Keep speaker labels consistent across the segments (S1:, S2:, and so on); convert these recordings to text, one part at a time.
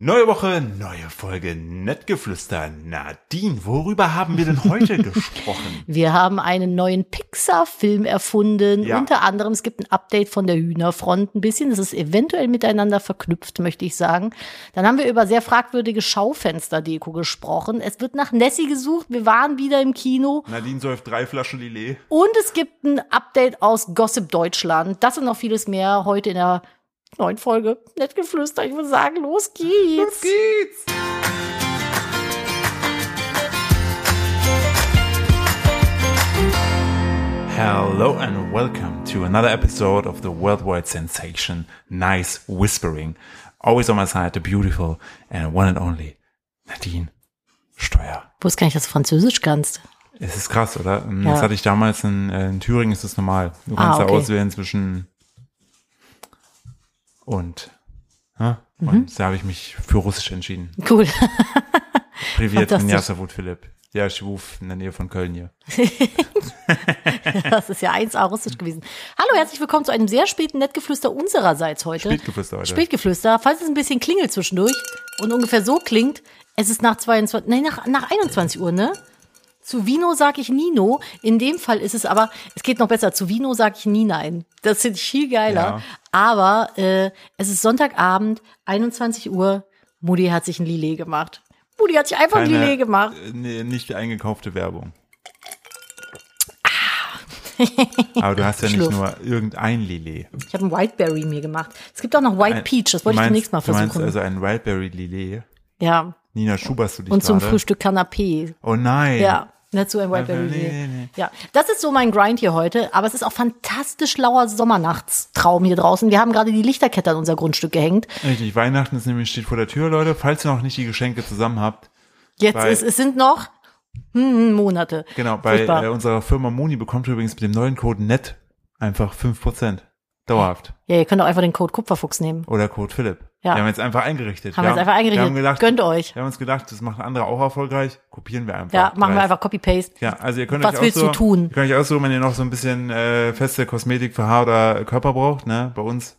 S1: Neue Woche, neue Folge Nettgeflüster. Nadine, worüber haben wir denn heute gesprochen?
S2: Wir haben einen neuen Pixar-Film erfunden.
S1: Ja.
S2: Unter anderem, es gibt ein Update von der Hühnerfront ein bisschen. Das ist eventuell miteinander verknüpft, möchte ich sagen. Dann haben wir über sehr fragwürdige Schaufensterdeko gesprochen. Es wird nach Nessie gesucht. Wir waren wieder im Kino.
S1: Nadine säuft drei Flaschen Lillet.
S2: Und es gibt ein Update aus Gossip Deutschland. Das und noch vieles mehr heute in der neuen Folge. Nettgeflüster, ich würde sagen, los geht's. Los
S1: geht's! Hello and welcome to another episode of the worldwide sensation Nice Whispering. Always on my side, the beautiful and one and only Nadine Steuer.
S2: Wusste gar nicht, dass du Französisch kannst.
S1: Es ist krass, oder? Ähm,
S2: Ja.
S1: Das hatte ich damals in, äh, in Thüringen, ist das normal. Du
S2: Ah,
S1: kannst da
S2: okay.
S1: auswählen zwischen und. hä?
S2: Mhm.
S1: Und da habe ich mich für Russisch entschieden.
S2: Cool.
S1: Privet,
S2: Fantastisch.
S1: Jasavut Philipp. Ja, ich wuf in der Nähe von Köln hier.
S2: Das ist ja 1A russisch gewesen. Hallo, herzlich willkommen zu einem sehr späten Nettgeflüster unsererseits heute.
S1: Spätgeflüster heute.
S2: Spätgeflüster, falls es ein bisschen klingelt zwischendurch und ungefähr so klingt, es ist nach 22, nein, nach, nach 21 Uhr, ne? Zu Vino sage ich Nino. In dem Fall ist es aber, es geht noch besser, zu Vino sage ich Ninein. Das finde ich viel geiler.
S1: Ja.
S2: Aber äh, es ist Sonntagabend, 21 Uhr. Mutti hat sich ein Lillet gemacht. Mutti hat sich einfach ein
S1: Keine-
S2: Lillet gemacht.
S1: äh, nee, nicht eingekaufte Werbung.
S2: Ah.
S1: Aber du hast ja nicht
S2: Schlürf.
S1: nur irgendein Lillet.
S2: Ich habe ein Whiteberry mir gemacht. Es gibt auch noch White
S1: Ein-
S2: Peach, das wollte ich
S1: du
S2: demnächst mal versuchen.
S1: Du meinst also ein Wildberry Lillet.
S2: ja.
S1: Nina, schuberst du dich
S2: Und zum
S1: gerade?
S2: Frühstück Canapé.
S1: Oh nein.
S2: Ja. Dazu ein Whiteberry.
S1: nee,
S2: Nee,
S1: nee, nee.
S2: Ja, das ist so mein Grind hier heute, aber es ist auch fantastisch lauer Sommernachtstraum hier draußen. Wir haben gerade die Lichterkette an unser Grundstück gehängt.
S1: Richtig, Weihnachten ist nämlich steht vor der Tür, Leute. Falls ihr noch nicht die Geschenke zusammen habt,
S2: Jetzt
S1: Weil-
S2: ist, es sind noch hm, Monate.
S1: genau, bei
S2: Furchtbar.
S1: äh, unserer Firma Moni bekommt ihr übrigens mit dem neuen Code NET einfach 5%. Dauerhaft.
S2: Ja, ihr könnt auch einfach den Code Kupferfuchs nehmen.
S1: Oder Code Philipp.
S2: Ja.
S1: Wir haben jetzt einfach eingerichtet.
S2: Haben wir jetzt einfach eingerichtet.
S1: Wir haben, gedacht,
S2: Gönnt euch.
S1: wir haben uns gedacht, das machen andere auch erfolgreich. Kopieren wir einfach.
S2: Ja, machen wir
S1: Dreist.
S2: einfach Copy-Paste.
S1: Ja, also ihr könnt
S2: Was
S1: euch
S2: willst
S1: auch so,
S2: du tun?
S1: Ihr könnt euch auch so, wenn ihr noch so ein bisschen äh, feste Kosmetik für Haar oder Körper braucht, ne, bei uns.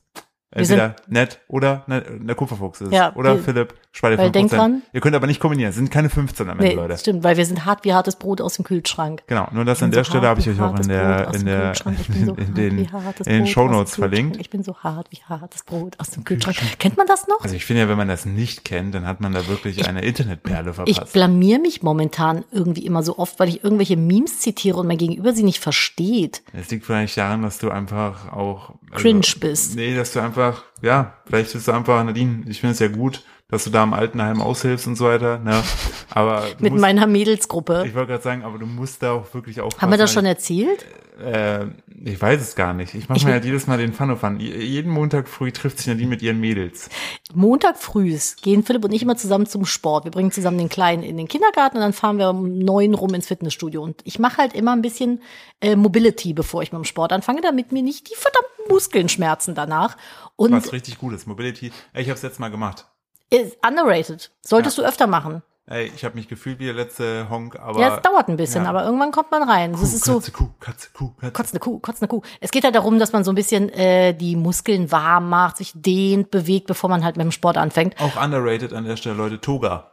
S2: sind-
S1: Entweder nett oder ne, der Kupferfuchs ist.
S2: Ja,
S1: oder
S2: wir-
S1: Philipp, spart ihr
S2: weil
S1: 5%.
S2: denkt dran-
S1: ihr könnt aber nicht kombinieren, es sind keine 15 am Ende,
S2: Nee,
S1: Leute.
S2: stimmt, weil wir sind hart wie hartes Brot aus dem Kühlschrank.
S1: Genau, nur das an
S2: bin
S1: der
S2: so
S1: Stelle
S2: hart
S1: habe ich
S2: wie
S1: euch auch
S2: hartes
S1: in
S2: Brot
S1: der,
S2: aus
S1: in
S2: dem
S1: der,
S2: Kühlschrank. Ich bin
S1: in,
S2: so
S1: in
S2: hart
S1: den,
S2: wie hartes
S1: in den
S2: Brot aus
S1: Shownotes
S2: dem Kühlschrank.
S1: verlinkt.
S2: Ich bin so hart wie hartes Brot aus dem Kühlschrank. Kennt man das noch?
S1: Also ich finde ja, wenn man das nicht kennt, dann hat man da wirklich eine Internetperle
S2: Ich
S1: verpasst.
S2: blamier mich momentan irgendwie immer so oft, weil ich irgendwelche Memes zitiere und mein Gegenüber sie nicht versteht.
S1: Es liegt vielleicht daran, dass du einfach auch also,
S2: Cringe bist.
S1: Nee, dass du einfach, ja, vielleicht bist du einfach, Nadine, ich finde es ja gut, dass du da im Altenheim aushilfst und so weiter, ne? Aber du
S2: Mit
S1: musst,
S2: meiner Mädelsgruppe.
S1: ich wollte gerade sagen, aber du musst da auch wirklich aufpassen.
S2: Haben wir das schon erzählt?
S1: äh, ich weiß es gar nicht. Ich mache mir halt jedes Mal den Fun of an. Jeden Montag früh trifft sich Nadine mit ihren Mädels.
S2: Montag frühs gehen Philipp und ich immer zusammen zum Sport. Wir bringen zusammen den Kleinen in den Kindergarten und dann fahren wir um neun rum ins Fitnessstudio. Und ich mache halt immer ein bisschen äh, Mobility, bevor ich mit dem Sport anfange, damit mir nicht die verdammten Muskeln schmerzen danach. Und
S1: Was richtig gut ist. Mobility, ey, ich habe es jetzt mal gemacht.
S2: ist underrated. Solltest du öfter machen.
S1: Ey, ich habe mich gefühlt wie der letzte Honk, aber
S2: Ja, es dauert ein bisschen,
S1: ja.
S2: aber irgendwann kommt man rein. Das ist so,
S1: Katze, Kuh, Katze, Kuh, Katze.
S2: kotzende Kuh, kotzende Kuh. Es geht halt darum, dass man so ein bisschen äh, die Muskeln warm macht, sich dehnt, bewegt, bevor man halt mit dem Sport anfängt.
S1: Auch underrated an der Stelle, Leute. Toga.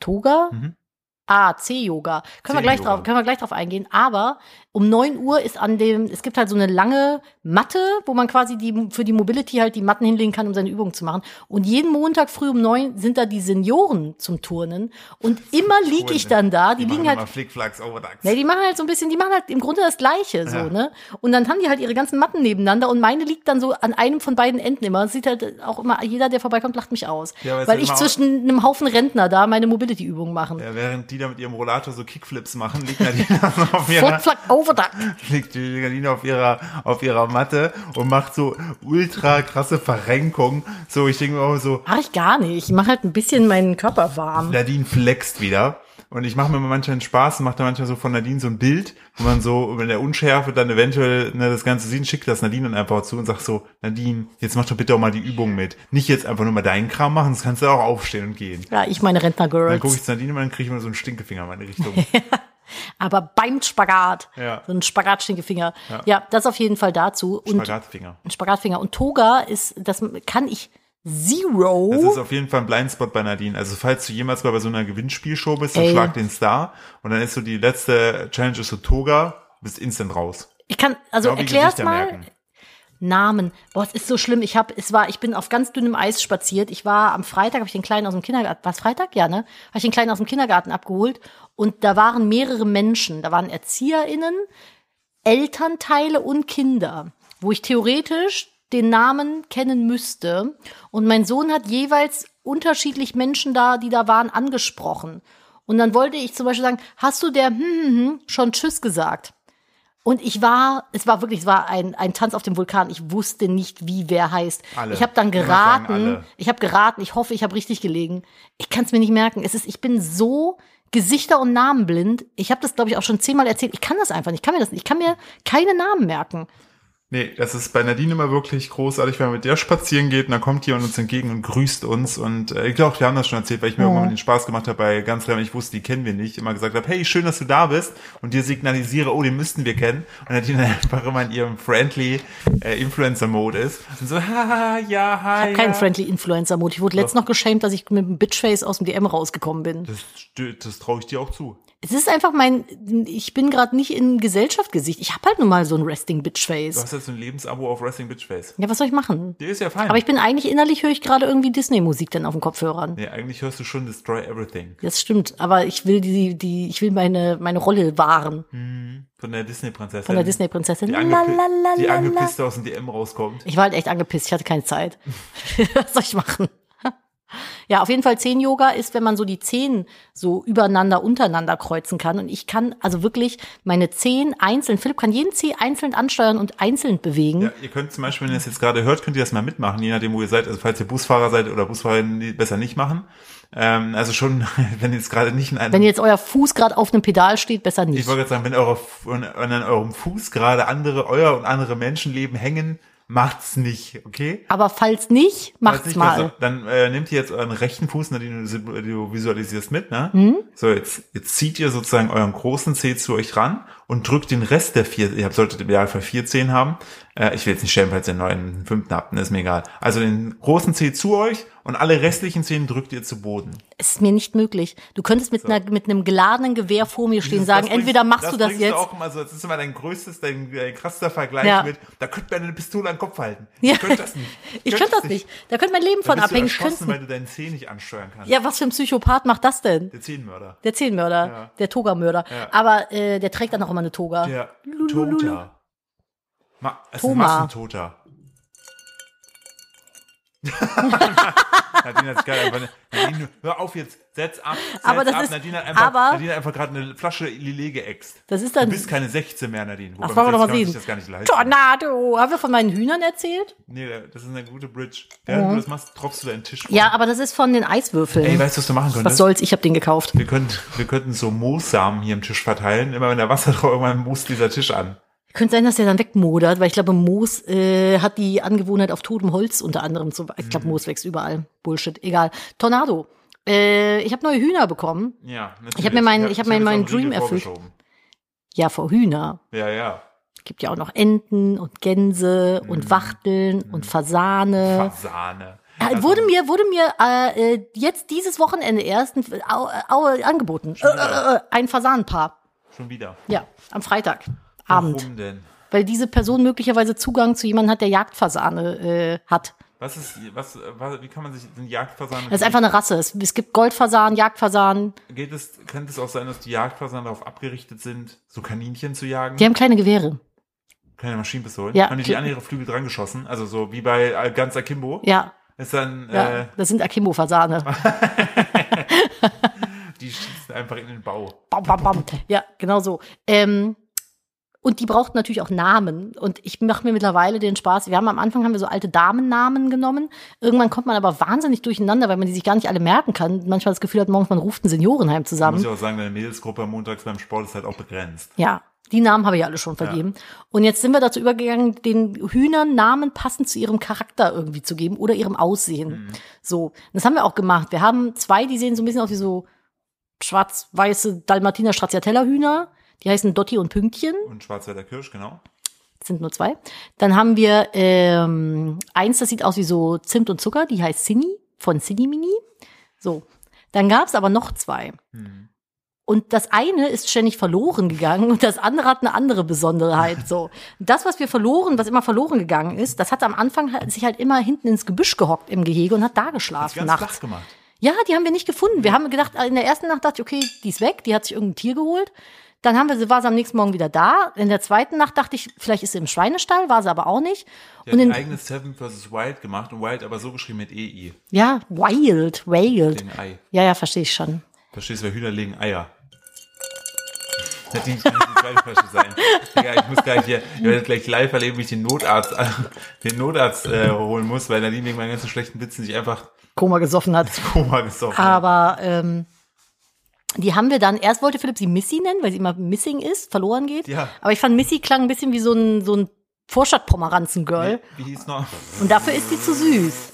S2: Toga?
S1: Mhm.
S2: Ah, C-Yoga. Können wir gleich
S1: C-Yoga.
S2: drauf, können wir gleich drauf eingehen. Aber um 9 Uhr ist an dem, es gibt halt so eine lange Matte, wo man quasi die, für die Mobility halt die Matten hinlegen kann, um seine Übungen zu machen. Und jeden Montag früh um 9 sind da die Senioren zum Turnen. Und immer lieg ich dann da, die, liegen halt
S1: Flickflacks, oh, Overdachs.
S2: Ne, die machen halt so ein bisschen, die machen halt im Grunde das Gleiche, so,
S1: Ja.
S2: ne? Und dann haben die halt ihre ganzen Matten nebeneinander und meine liegt dann so an einem von beiden Enden immer. Das sieht halt auch immer, jeder, der vorbeikommt, lacht mich aus.
S1: Ja, aber es
S2: weil
S1: ist
S2: ich
S1: immer auch-
S2: zwischen einem Haufen Rentner da meine Mobility-Übungen machen.
S1: ja, während die da mit ihrem Rollator so Kickflips machen, liegt Nadine auf ihrer,
S2: Fortflack overduck.
S1: liegt die Nadine auf ihrer, auf ihrer Matte und macht so ultra krasse Verrenkungen. So, ich denke mir auch so,
S2: Mach ich gar nicht. Ich mache halt ein bisschen meinen Körper warm.
S1: Nadine flext wieder. Und ich mache mir manchmal einen Spaß und mache da manchmal so von Nadine so ein Bild, wo man so in der Unschärfe dann eventuell ne, das Ganze sieht, schickt das Nadine dann einfach zu und sagt so, Nadine, jetzt mach doch bitte auch mal die Übung mit. Nicht jetzt einfach nur mal deinen Kram machen, sonst kannst du auch aufstehen und gehen.
S2: Ja, ich meine
S1: Dann gucke
S2: Rentner-Girls.
S1: ich zu Nadine und dann kriege ich mal so einen Stinkefinger in meine Richtung.
S2: Aber beim Spagat.
S1: Ja.
S2: So ein Spagat-Stinkefinger. Ja. das auf jeden Fall dazu. Und
S1: Spagatfinger.
S2: ein Spagatfinger. Und Toga ist, das kann ich Zero.
S1: Das ist auf jeden Fall ein Blindspot bei Nadine. Also falls du jemals mal bei so einer Gewinnspielshow bist, dann
S2: Ey.
S1: schlag den Star und dann ist so die letzte Challenge ist so Toga, bist instant raus.
S2: Ich kann, also
S1: Genau wie
S2: erklär's
S1: Gesichter
S2: mal.
S1: merken.
S2: Namen. Boah, es ist so schlimm. Ich habe, es war, ich bin auf ganz dünnem Eis spaziert. Ich war am Freitag, habe ich den Kleinen aus dem Kindergarten, war es Freitag? Ja, ne? Habe ich den Kleinen aus dem Kindergarten abgeholt und da waren mehrere Menschen. Da waren ErzieherInnen, Elternteile und Kinder, wo ich theoretisch den Namen kennen müsste. Und mein Sohn hat jeweils unterschiedlich Menschen da, die da waren, angesprochen. Und dann wollte ich zum Beispiel sagen, hast du der hm, hm, hm schon Tschüss gesagt? Und ich war, es war wirklich, es war ein, ein Tanz auf dem Vulkan. Ich wusste nicht, wie wer heißt.
S1: Alle.
S2: Ich habe dann
S1: Ich muss sagen,
S2: geraten,
S1: alle.
S2: ich habe geraten, ich hoffe, ich habe richtig gelegen. Ich kann es mir nicht merken. Es ist, ich bin so Gesichter- und Namenblind. Ich habe das, glaube ich, auch schon zehnmal erzählt. Ich kann das einfach nicht. Ich kann mir das nicht. Ich kann mir keine Namen merken.
S1: Nee, das ist bei Nadine immer wirklich großartig, wenn man mit der spazieren geht und dann kommt jemand uns entgegen und grüßt uns. Und äh, ich glaube, wir haben das schon erzählt, weil ich mir irgendwann den Spaß gemacht habe, bei ganz random, ich wusste, die kennen wir nicht, immer gesagt habe, hey, schön, dass du da bist und dir signalisiere, oh, den müssten wir kennen. Und Nadine einfach immer in ihrem friendly äh, Influencer-Mode ist. Und so, haha, ja, hi.
S2: Kein
S1: ja.
S2: friendly Influencer-Mode. Ich wurde letztens noch geschämt, dass ich mit einem Bitchface aus dem DM rausgekommen bin.
S1: Das, stö- das traue ich dir auch zu.
S2: Es ist einfach mein, ich bin gerade nicht in Gesellschaftgesicht. Ich habe halt nun mal so ein resting
S1: Du
S2: Bitchface.
S1: hast jetzt ein Lebensabo auf Wrestling Bitchface.
S2: Ja, was soll ich machen?
S1: Der ist ja fein.
S2: Aber ich bin eigentlich innerlich höre ich gerade irgendwie Disney-Musik dann auf den Kopfhörern.
S1: nee, eigentlich hörst du schon Destroy Everything
S2: Das stimmt, aber ich will die, die, ich will meine, meine Rolle wahren
S1: von der Disney-Prinzessin.
S2: von der Disney-Prinzessin.
S1: Hm. Die,
S2: La, la, la,
S1: angepi die
S2: la, la.
S1: angepisste aus dem DM rauskommt.
S2: Ich war halt echt angepisst, ich hatte keine Zeit. Was soll ich machen? Ja, auf jeden Fall Zehen-Yoga ist, wenn man so die Zehen so übereinander, untereinander kreuzen kann. Und ich kann also wirklich meine Zehen einzeln, Philipp kann jeden Zeh einzeln ansteuern und einzeln bewegen.
S1: Ja, ihr könnt zum Beispiel, wenn ihr das jetzt gerade hört, könnt ihr das mal mitmachen, je nachdem, wo ihr seid. Also falls ihr Busfahrer seid oder Busfahrerin, die besser nicht machen. Ähm, also schon, wenn ihr jetzt gerade nicht in einem...
S2: Wenn jetzt euer Fuß gerade auf einem Pedal steht, besser
S1: ich
S2: nicht.
S1: wollte gerade sagen, wenn, eure, wenn an eurem Fuß gerade andere, euer und andere Menschenleben hängen, macht's nicht, okay?
S2: Aber falls nicht, macht's
S1: Falls nicht,
S2: mal.
S1: also, Dann äh, nehmt ihr jetzt euren rechten Fuß, ne, den du, du visualisierst mit, ne?
S2: Hm?
S1: So, jetzt, jetzt zieht ihr sozusagen euren großen Zeh zu euch ran und drückt den Rest der vier, ihr habt, solltet im Idealfall vier Zehen haben. Äh, ich will jetzt nicht stellen, falls ihr einen neuen fünften habt, ne, ist mir egal. Also den großen Zeh zu euch und alle restlichen Zehen drückt ihr zu Boden.
S2: Es ist mir nicht möglich. Du könntest mit, einer, mit einem geladenen Gewehr vor mir stehen,
S1: Das-
S2: sagen,
S1: das bringst-
S2: entweder machst du das
S1: bringst
S2: jetzt.
S1: auch immer so, das ist immer dein größtes, dein, äh, krasser Vergleich
S2: Ja.
S1: mit, da könnte man eine Pistole an den Kopf halten.
S2: Ja.
S1: Ich könnte das nicht.
S2: ich könnte das nicht. Da könnte mein Leben
S1: Da
S2: von
S1: bist du
S2: abhängen. Ich
S1: erschossen,
S2: könnte
S1: weil du deinen Zeh nicht ansteuern kannst.
S2: Ja, was für ein Psychopath macht das denn?
S1: Der Zehenmörder.
S2: Der Zehnmörder,
S1: Ja.
S2: der Toga-Mörder.
S1: Ja.
S2: Aber äh, der trägt dann auch immer eine Toga.
S1: Der
S2: Lulululu.
S1: Toter. Ma es ist ein
S2: Thoma.
S1: Massentoter. Nadine hat sich gerade einfach eine, Nadine, hör auf jetzt, setz ab. Setz
S2: Aber das
S1: ab.
S2: ist-
S1: Nadine hat einfach,
S2: aber-
S1: Nadine hat einfach gerade eine Flasche Lillet geäxt.
S2: Das ist dann-
S1: Du bist keine 16 mehr, Nadine. Wobei,
S2: Das wollen wir
S1: mit
S2: doch mal
S1: 16 kann man
S2: sehen.
S1: sich Das gar nicht leisten.
S2: Tornado! Haben wir von meinen Hühnern erzählt?
S1: Nee, das ist eine gute Bridge. Während du das machst, tropfst du deinen Tisch voll.
S2: Ja, aber das ist von den Eiswürfeln.
S1: Ey, weißt du, was du machen könntest?
S2: was soll's, ich habe den gekauft.
S1: wir, könnten, wir könnten so Moossamen hier im Tisch verteilen. Immer wenn der Wasser drauf, irgendwann moost dieser Tisch an.
S2: Könnte sein, dass der dann wegmodert, weil ich glaube, Moos äh, hat die Angewohnheit, auf totem Holz unter anderem zu. Ich
S1: Mhm.
S2: glaube, Moos wächst überall. Bullshit, egal. Tornado. Äh, ich habe neue Hühner bekommen.
S1: Ja, natürlich.
S2: hab mir meinen- ich hab mir
S1: jetzt
S2: meinen
S1: auch einen Riegel
S2: Dream erfüllt.
S1: vorgeschoben.
S2: Ja, vor Hühner.
S1: Ja, ja.
S2: Gibt ja auch noch Enten und Gänse
S1: Mhm.
S2: und Wachteln und Fasane.
S1: Fasane.
S2: Ja,
S1: Also,
S2: Äh, Ah, wurde mir, wurde mir äh, äh, jetzt dieses Wochenende erst ein, au, äh, au, angeboten. Äh, äh, äh, ein Fasanenpaar.
S1: Schon wieder.
S2: Ja, am Freitag. Abend,
S1: Warum denn?
S2: weil diese Person möglicherweise Zugang zu jemandem hat, der Jagdfasane äh, hat.
S1: Was ist, was, was, wie kann man sich den Jagdfasanen...
S2: Das ist einfach eine Rasse. Es, es gibt Goldfasanen, Jagdfasanen.
S1: Geht es, könnte es auch sein, dass die Jagdfasanen darauf abgerichtet sind, so Kaninchen zu jagen?
S2: Die haben kleine Gewehre.
S1: Keine Maschinenpistolen?
S2: Ja.
S1: Haben die die an ihre Flügel dran geschossen? Also so wie bei äh, ganz Akimbo?
S2: Ja,
S1: Ist dann,
S2: ja
S1: äh,
S2: das sind Akimbo-Fasane.
S1: die schießen einfach in den Bau.
S2: Bam, bam, bam. Ja, genau so. Ähm, und die braucht natürlich auch Namen. Und ich mache mir mittlerweile den Spaß. Wir haben am Anfang haben wir so alte Damennamen genommen. Irgendwann kommt man aber wahnsinnig durcheinander, weil man die sich gar nicht alle merken kann. Manchmal das Gefühl hat, morgens man ruft ein Seniorenheim
S1: Ich muss
S2: zusammen.
S1: ja auch sagen, deine Mädelsgruppe montags beim Sport ist halt auch begrenzt.
S2: Ja, die Namen habe ich alle schon vergeben. Und jetzt sind wir dazu übergegangen, den Hühnern Namen passend zu ihrem Charakter irgendwie zu geben oder ihrem Aussehen. So, das haben wir auch gemacht. Wir haben zwei, die sehen so ein bisschen aus wie so schwarz-weiße Dalmatiner Stracciatella-Hühner. Die heißen Dotti und Pünktchen.
S1: Und Schwarzwälder Kirsch, genau.
S2: sind nur zwei. Dann haben wir ähm, eins, das sieht aus wie so Zimt und Zucker, die heißt Cini von Cini Mini. So. Dann gab's aber noch zwei. Und das eine ist ständig verloren gegangen und das andere hat eine andere Besonderheit. So. Das, was wir verloren, was immer verloren gegangen ist, das hat am Anfang halt- sich halt immer hinten ins Gebüsch gehockt im Gehege und hat da
S1: Hat's
S2: geschlafen
S1: ganz
S2: nachts.
S1: flach gemacht.
S2: Ja, die haben wir nicht gefunden.
S1: Mhm.
S2: Wir haben gedacht, in der ersten Nacht dachte ich, okay, die ist weg, die hat sich irgendein Tier geholt. Dann haben wir sie, war sie am nächsten Morgen wieder da. In der zweiten Nacht dachte ich, vielleicht ist sie im Schweinestall, war sie aber auch nicht.
S1: Die
S2: und
S1: hat
S2: in,
S1: ein eigenes Seven vs. Wild gemacht und Wild aber so geschrieben mit E EI,
S2: ja, wild, wild.
S1: wegen Ei.
S2: Ja, ja, verstehe ich schon.
S1: Verstehst du, weil Hühner legen Eier. Das kann nicht die zweite Flasche sein. Digga, ich muss gleich hier, ihr werdet gleich live erleben, wie ich den Notarzt, den Notarzt äh, holen muss, weil Nadine wegen meinen ganzen schlechten Witzen sich einfach
S2: Koma gesoffen hat.
S1: Koma gesoffen hat.
S2: Aber ähm, die haben wir dann, erst wollte Philipp sie Missy nennen, weil sie immer missing ist, verloren geht.
S1: Ja.
S2: Aber ich fand, Missy klang ein bisschen wie so ein, so ein Vorstadtpomeranzen-Girl.
S1: Wie hieß noch?
S2: Und dafür ist sie zu süß.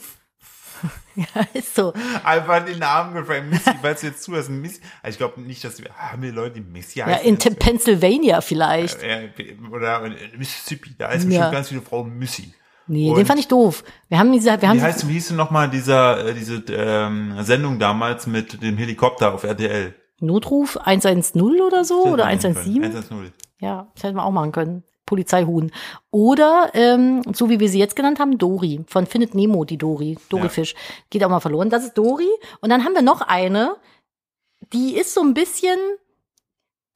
S2: ja, ist so.
S1: Einfach den Namen gefragt. Missy, falls du jetzt zuhörst, Missy. Also Ich glaube nicht, dass wir, haben wir Leute, die Missy
S2: Ja,
S1: heißen?
S2: in Te- Pennsylvania vielleicht.
S1: Äh, Oder in Mississippi, da heißen bestimmt
S2: Ja.
S1: ganz viele Frauen Missy.
S2: Nee,
S1: Und-
S2: den fand ich doof. Wir haben diese, wir
S1: Wie
S2: haben
S1: heißt, wie hieß denn nochmal dieser, äh, diese, ähm, Sendung damals mit dem Helikopter auf RTL?
S2: Notruf 110 oder so oder 117.
S1: 110.
S2: Ja, das hätten wir auch machen können. Polizeihuhn. Oder, ähm, so wie wir sie jetzt genannt haben, Dori. Von Findet Nemo, die Dori. Dori
S1: Ja.
S2: Fisch. Geht auch mal verloren. Das ist Dori. Und dann haben wir noch eine, die ist so ein bisschen,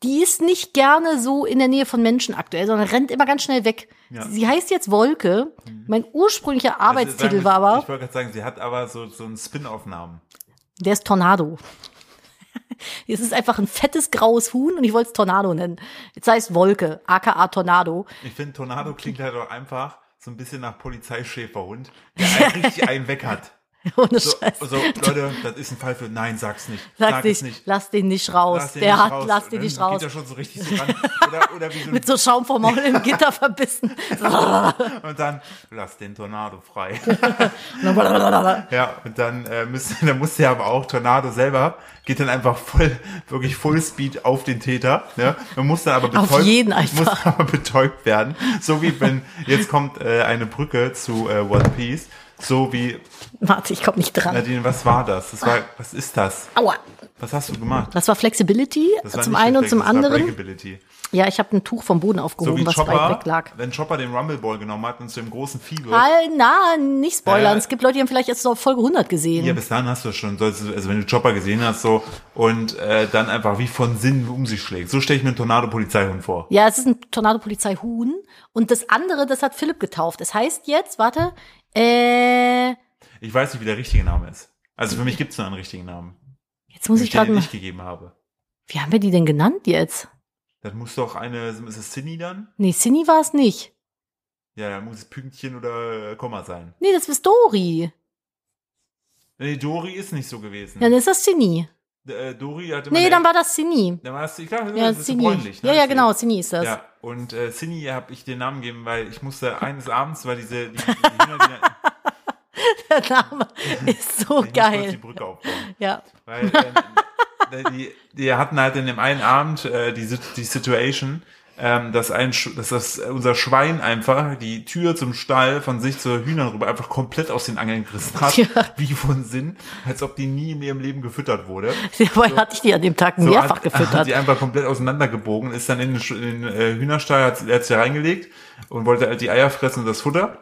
S2: die ist nicht gerne so in der Nähe von Menschen aktuell, sondern rennt immer ganz schnell weg.
S1: Ja. Mhm.
S2: Sie heißt jetzt Wolke. Mein ursprünglicher Arbeitstitel
S1: Also,
S2: war
S1: sagen wir-
S2: aber.
S1: Ich wollte gerade sagen, sie hat aber so, so einen Spin-off-Namen.
S2: Der ist Tornado. Es ist einfach ein fettes graues Huhn und ich wollte es Tornado nennen. Jetzt heißt Wolke, aka Tornado.
S1: Ich finde, Tornado klingt halt auch einfach so ein bisschen nach Polizeischäferhund, der einen richtig einen weg hat.
S2: Ohne
S1: So,
S2: Scheiß.
S1: so, Leute, das ist ein Fall für, nein, sag's nicht.
S2: Sag,
S1: Sag
S2: nicht,
S1: es nicht.
S2: lass den nicht raus.
S1: den
S2: der
S1: nicht
S2: hat,
S1: raus.
S2: lass
S1: Und
S2: den
S1: dann
S2: nicht raus.
S1: Geht er schon so richtig so ran. Oder, oder wie so ein,
S2: Mit so Schaum vom Maul im Gitter verbissen.
S1: und dann, lass den Tornado frei.
S2: ja,
S1: Ja, und dann, äh, müsste, dann musste ja aber auch Tornado selber, geht dann einfach voll, wirklich Fullspeed auf den Täter. Ne? Man muss dann aber
S2: Auf
S1: betäubt,
S2: jeden einfach.
S1: Muss aber betäubt werden. So wie wenn, jetzt kommt äh, eine Brücke zu äh, One Piece. So wie,
S2: Warte, ich komme nicht dran.
S1: Nadine, was war das? das war, was ist das?
S2: Aua.
S1: Was hast du gemacht?
S2: Das war Flexibility
S1: Das war
S2: zum
S1: nicht
S2: einen und
S1: Reflex,
S2: zum
S1: das war
S2: anderen.
S1: Breakability.
S2: Ja, ich habe ein Tuch vom Boden
S1: So
S2: aufgehoben,
S1: wie
S2: was weit
S1: Chopper, Äh.
S2: weg lag.
S1: wenn Chopper den Rumble Ball genommen hat und zu dem großen Fiebel.
S2: Weil, na, nicht spoilern.
S1: Äh,
S2: es gibt Leute, die haben vielleicht erst so Folge 100 gesehen.
S1: Ja, bis dahin hast du schon, sollst du- also wenn du Chopper gesehen hast, so und äh, dann einfach wie von Sinn um sich schlägt. So stelle ich mir einen Tornado-Polizeihund vor.
S2: Ja, es ist ein Tornado-Polizei-Huhn. Und das andere, das hat Philipp getauft. Es heißt jetzt, warte, äh,
S1: Ich weiß nicht, wie der richtige Name ist. Also für mich gibt es nur einen richtigen Namen,
S2: jetzt muss
S1: den
S2: ich
S1: ich dir
S2: gerade mal.
S1: nicht gegeben habe.
S2: Wie haben wir die denn genannt jetzt?
S1: Das muss doch eine, ist es Cindy dann?
S2: Nee, Cindy war es nicht.
S1: Ja, da muss es Pünktchen oder äh, Komma sein.
S2: Nee, das ist Dori.
S1: Nee, Dori ist nicht so gewesen.
S2: Dann ist das Cindy.
S1: äh, Dori hatte
S2: Nee, dann war das Cindy.
S1: dann war es, ich glaube,
S2: Ja,
S1: das ist
S2: Cindy.
S1: bräunlich. ne?
S2: ja, ja,
S1: Deswegen.
S2: genau, Cindy ist das.
S1: Ja, und äh, Cindy habe ich den Namen gegeben, weil ich musste eines Abends, weil diese die, die Hühner, die,
S2: Der Name ist so
S1: ich muss kurz die
S2: Oh, geil.
S1: Brücke aufbauen.
S2: Ja.
S1: Weil ähm, die, die hatten halt in dem einen Abend äh, die, Sit- die Situation, ähm, dass, ein, Sch- dass das, äh, unser Schwein einfach die Tür zum Stall von sich zu Hühnern rüber einfach komplett aus den Angeln gerissen hat.
S2: Ja.
S1: Wie von Sinn, als ob die nie in ihrem Leben gefüttert wurde.
S2: Dabei hatte ich die an dem Tag
S1: So
S2: mehrfach
S1: hat, Hat
S2: gefüttert.
S1: die einfach komplett auseinandergebogen, ist dann in den, Sch- in den äh, Hühnerstall, hat, hat sie reingelegt und wollte halt die Eier fressen und das Futter.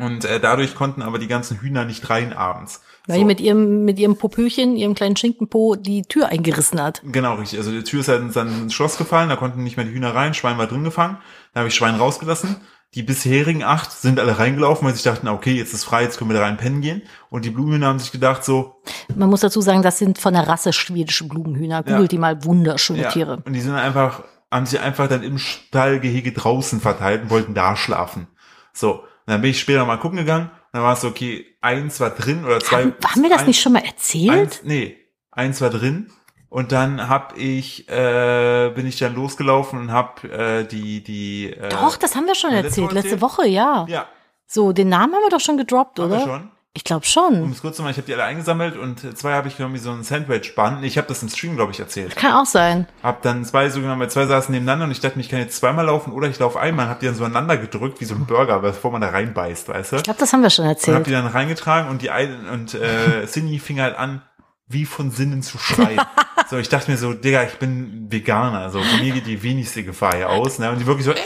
S1: Und äh, dadurch konnten aber die ganzen Hühner nicht rein abends.
S2: Weil die mit ihrem, mit ihrem Popöchen, ihrem kleinen Schinkenpo, die Tür eingerissen hat.
S1: Genau, richtig. Also die Tür ist halt ins- dann ins Schloss gefallen, da konnten nicht mehr die Hühner rein, Schwein war drin gefangen, da habe ich Schwein rausgelassen. Die bisherigen acht sind alle reingelaufen, weil sie dachten, okay, jetzt ist frei, jetzt können wir da rein pennen gehen. Und die Blumenhühner haben sich gedacht so,
S2: Man muss dazu sagen, das sind von der Rasse schwedische Blumenhühner. Googelt die mal, wunderschöne
S1: ja.
S2: Tiere.
S1: Und die sind einfach, haben sich einfach dann im Stallgehege draußen verteilt und wollten da schlafen. So. Und dann bin ich später mal gucken gegangen, und dann war es so, okay, eins war drin oder zwei.
S2: Haben wir das
S1: ein-
S2: nicht schon mal erzählt?
S1: Eins, nee, eins war drin. Und dann hab ich, äh, bin ich dann losgelaufen und hab äh, die, die. Äh,
S2: Doch, das haben wir schon
S1: Haben wir das
S2: erzählt,
S1: schon
S2: letzte
S1: erzählt?
S2: Woche, ja.
S1: Ja,
S2: So, den Namen haben wir doch schon gedroppt,
S1: haben wir
S2: oder?
S1: schon.
S2: Ich glaube schon.
S1: Um es kurz zu machen, ich habe die alle eingesammelt und äh, zwei habe ich genommen wie so ein Sandwich-Band. Ich habe das im Stream, glaube ich, erzählt.
S2: Kann auch sein.
S1: Hab dann zwei so genommen, weil zwei saßen nebeneinander und ich dachte, mir, ich kann jetzt zweimal laufen oder ich laufe einmal. Hab die dann so aneinander gedrückt wie so ein Burger, bevor man da reinbeißt, weißt du?
S2: Ich glaube, das haben wir schon
S1: Und hab
S2: erzählt.
S1: die dann reingetragen und die einen, und äh, Cindy fing halt an, wie von Sinnen zu schreien. so, ich dachte mir so, Digga, ich bin Veganer, so von mir geht die wenigste Gefahr hier aus. Ne? Und die wirklich so, äh,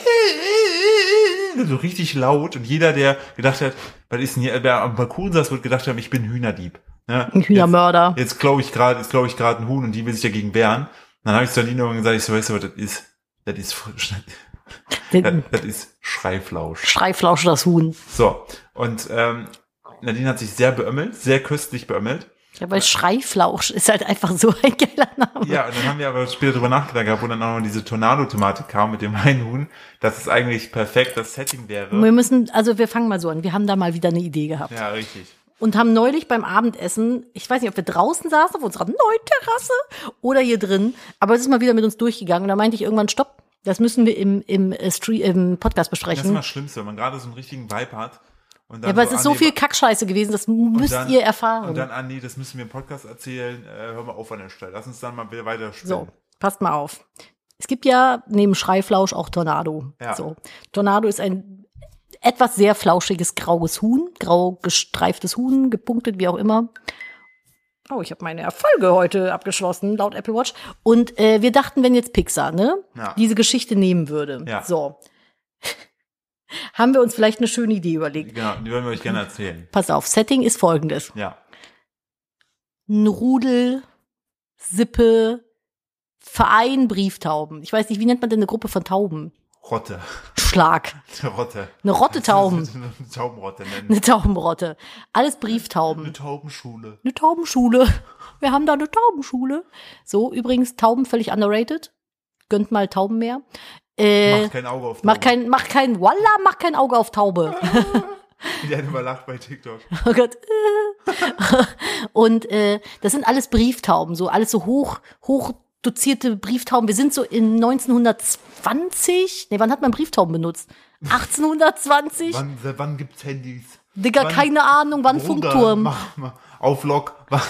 S1: äh, äh, äh, so richtig laut. Und jeder, der gedacht hat, was ist denn hier, wer am Balkon saß, wird gedacht haben, ich bin Hühnerdieb. Ne?
S2: Ein Hühnermörder.
S1: Jetzt, jetzt glaube ich gerade, jetzt glaube ich gerade ein Huhn und die will sich dagegen wehren. Und dann habe ich zu Alina gesagt, ich so, weißt du, was das ist? Das ist, das,
S2: Den
S1: das ist Schreiflausch.
S2: Schreiflausch das Huhn.
S1: So, und ähm, Nadine hat sich sehr beömmelt, sehr köstlich beömmelt.
S2: Ja, weil Schreiflausch ist halt einfach so ein geiler Name.
S1: Ja, und dann haben wir aber später drüber nachgedacht, gehabt, wo dann auch noch diese Tornado-Thematik kam mit dem einen Huhn, dass es eigentlich perfekt das Setting wäre.
S2: Wir müssen, also wir fangen mal so an. Wir haben da mal wieder eine Idee gehabt.
S1: Ja, richtig.
S2: Und haben neulich beim Abendessen, ich weiß nicht, ob wir draußen saßen auf unserer neuen Terrasse oder hier drin, aber es ist mal wieder mit uns durchgegangen. Und da meinte ich irgendwann, stopp, das müssen wir im, im, äh, Stream, im Podcast
S1: Das ist immer
S2: besprechen.
S1: das Schlimmste, wenn man gerade so einen richtigen Vibe hat. Und dann
S2: Ja, aber es ist
S1: ah,
S2: so
S1: nee,
S2: viel Kackscheiße gewesen, das
S1: und
S2: müsst
S1: dann-
S2: ihr erfahren.
S1: Und dann, ah nee, das müssen wir im Podcast erzählen. Äh, hör mal auf an der Stelle. Lass uns dann mal wieder weiter
S2: So,
S1: spielen.
S2: passt mal auf. Es gibt ja neben Schreiflausch auch Tornado.
S1: Ja.
S2: So. Tornado ist ein etwas sehr flauschiges graues Huhn, grau gestreiftes Huhn, gepunktet, wie auch immer. Oh, ich habe meine Erfolge heute abgeschlossen, laut Apple Watch. Und äh, wir dachten, wenn jetzt Pixar, ne,
S1: Ja.
S2: diese Geschichte nehmen würde.
S1: Ja.
S2: So. Haben wir uns vielleicht eine schöne Idee überlegt.
S1: Genau, die würden wir euch gerne erzählen.
S2: Pass auf, Setting ist folgendes
S1: Ja.
S2: ein Rudel, Sippe, Verein Brieftauben. Ich weiß nicht, wie nennt man denn eine Gruppe von Tauben?
S1: Rotte.
S2: Schlag.
S1: Eine Rotte.
S2: Eine Rotte Tauben.
S1: Eine Taubenrotte nennen.
S2: Eine Taubenrotte. Alles Brieftauben.
S1: Eine Taubenschule.
S2: Eine Taubenschule. Wir haben da eine Taubenschule. So, übrigens, Tauben völlig underrated. Gönnt mal Tauben mehr. Äh,
S1: Macht kein Auge auf
S2: mach
S1: Tauben.
S2: kein, mach kein, Walla, mach kein Auge auf Taube.
S1: Die hat immer lacht bei TikTok.
S2: Oh Gott. Und äh, das sind alles Brieftauben, so alles so hoch, hoch dozierte Brieftauben. Wir sind so in 1920. Nee, wann hat man Brieftauben benutzt? 1820?
S1: Wann, seit wann gibt's Handys?
S2: Digga,
S1: wann-
S2: keine Ahnung, wann
S1: Bruder,
S2: Funkturm.
S1: Mach mal auf Lock. Wann-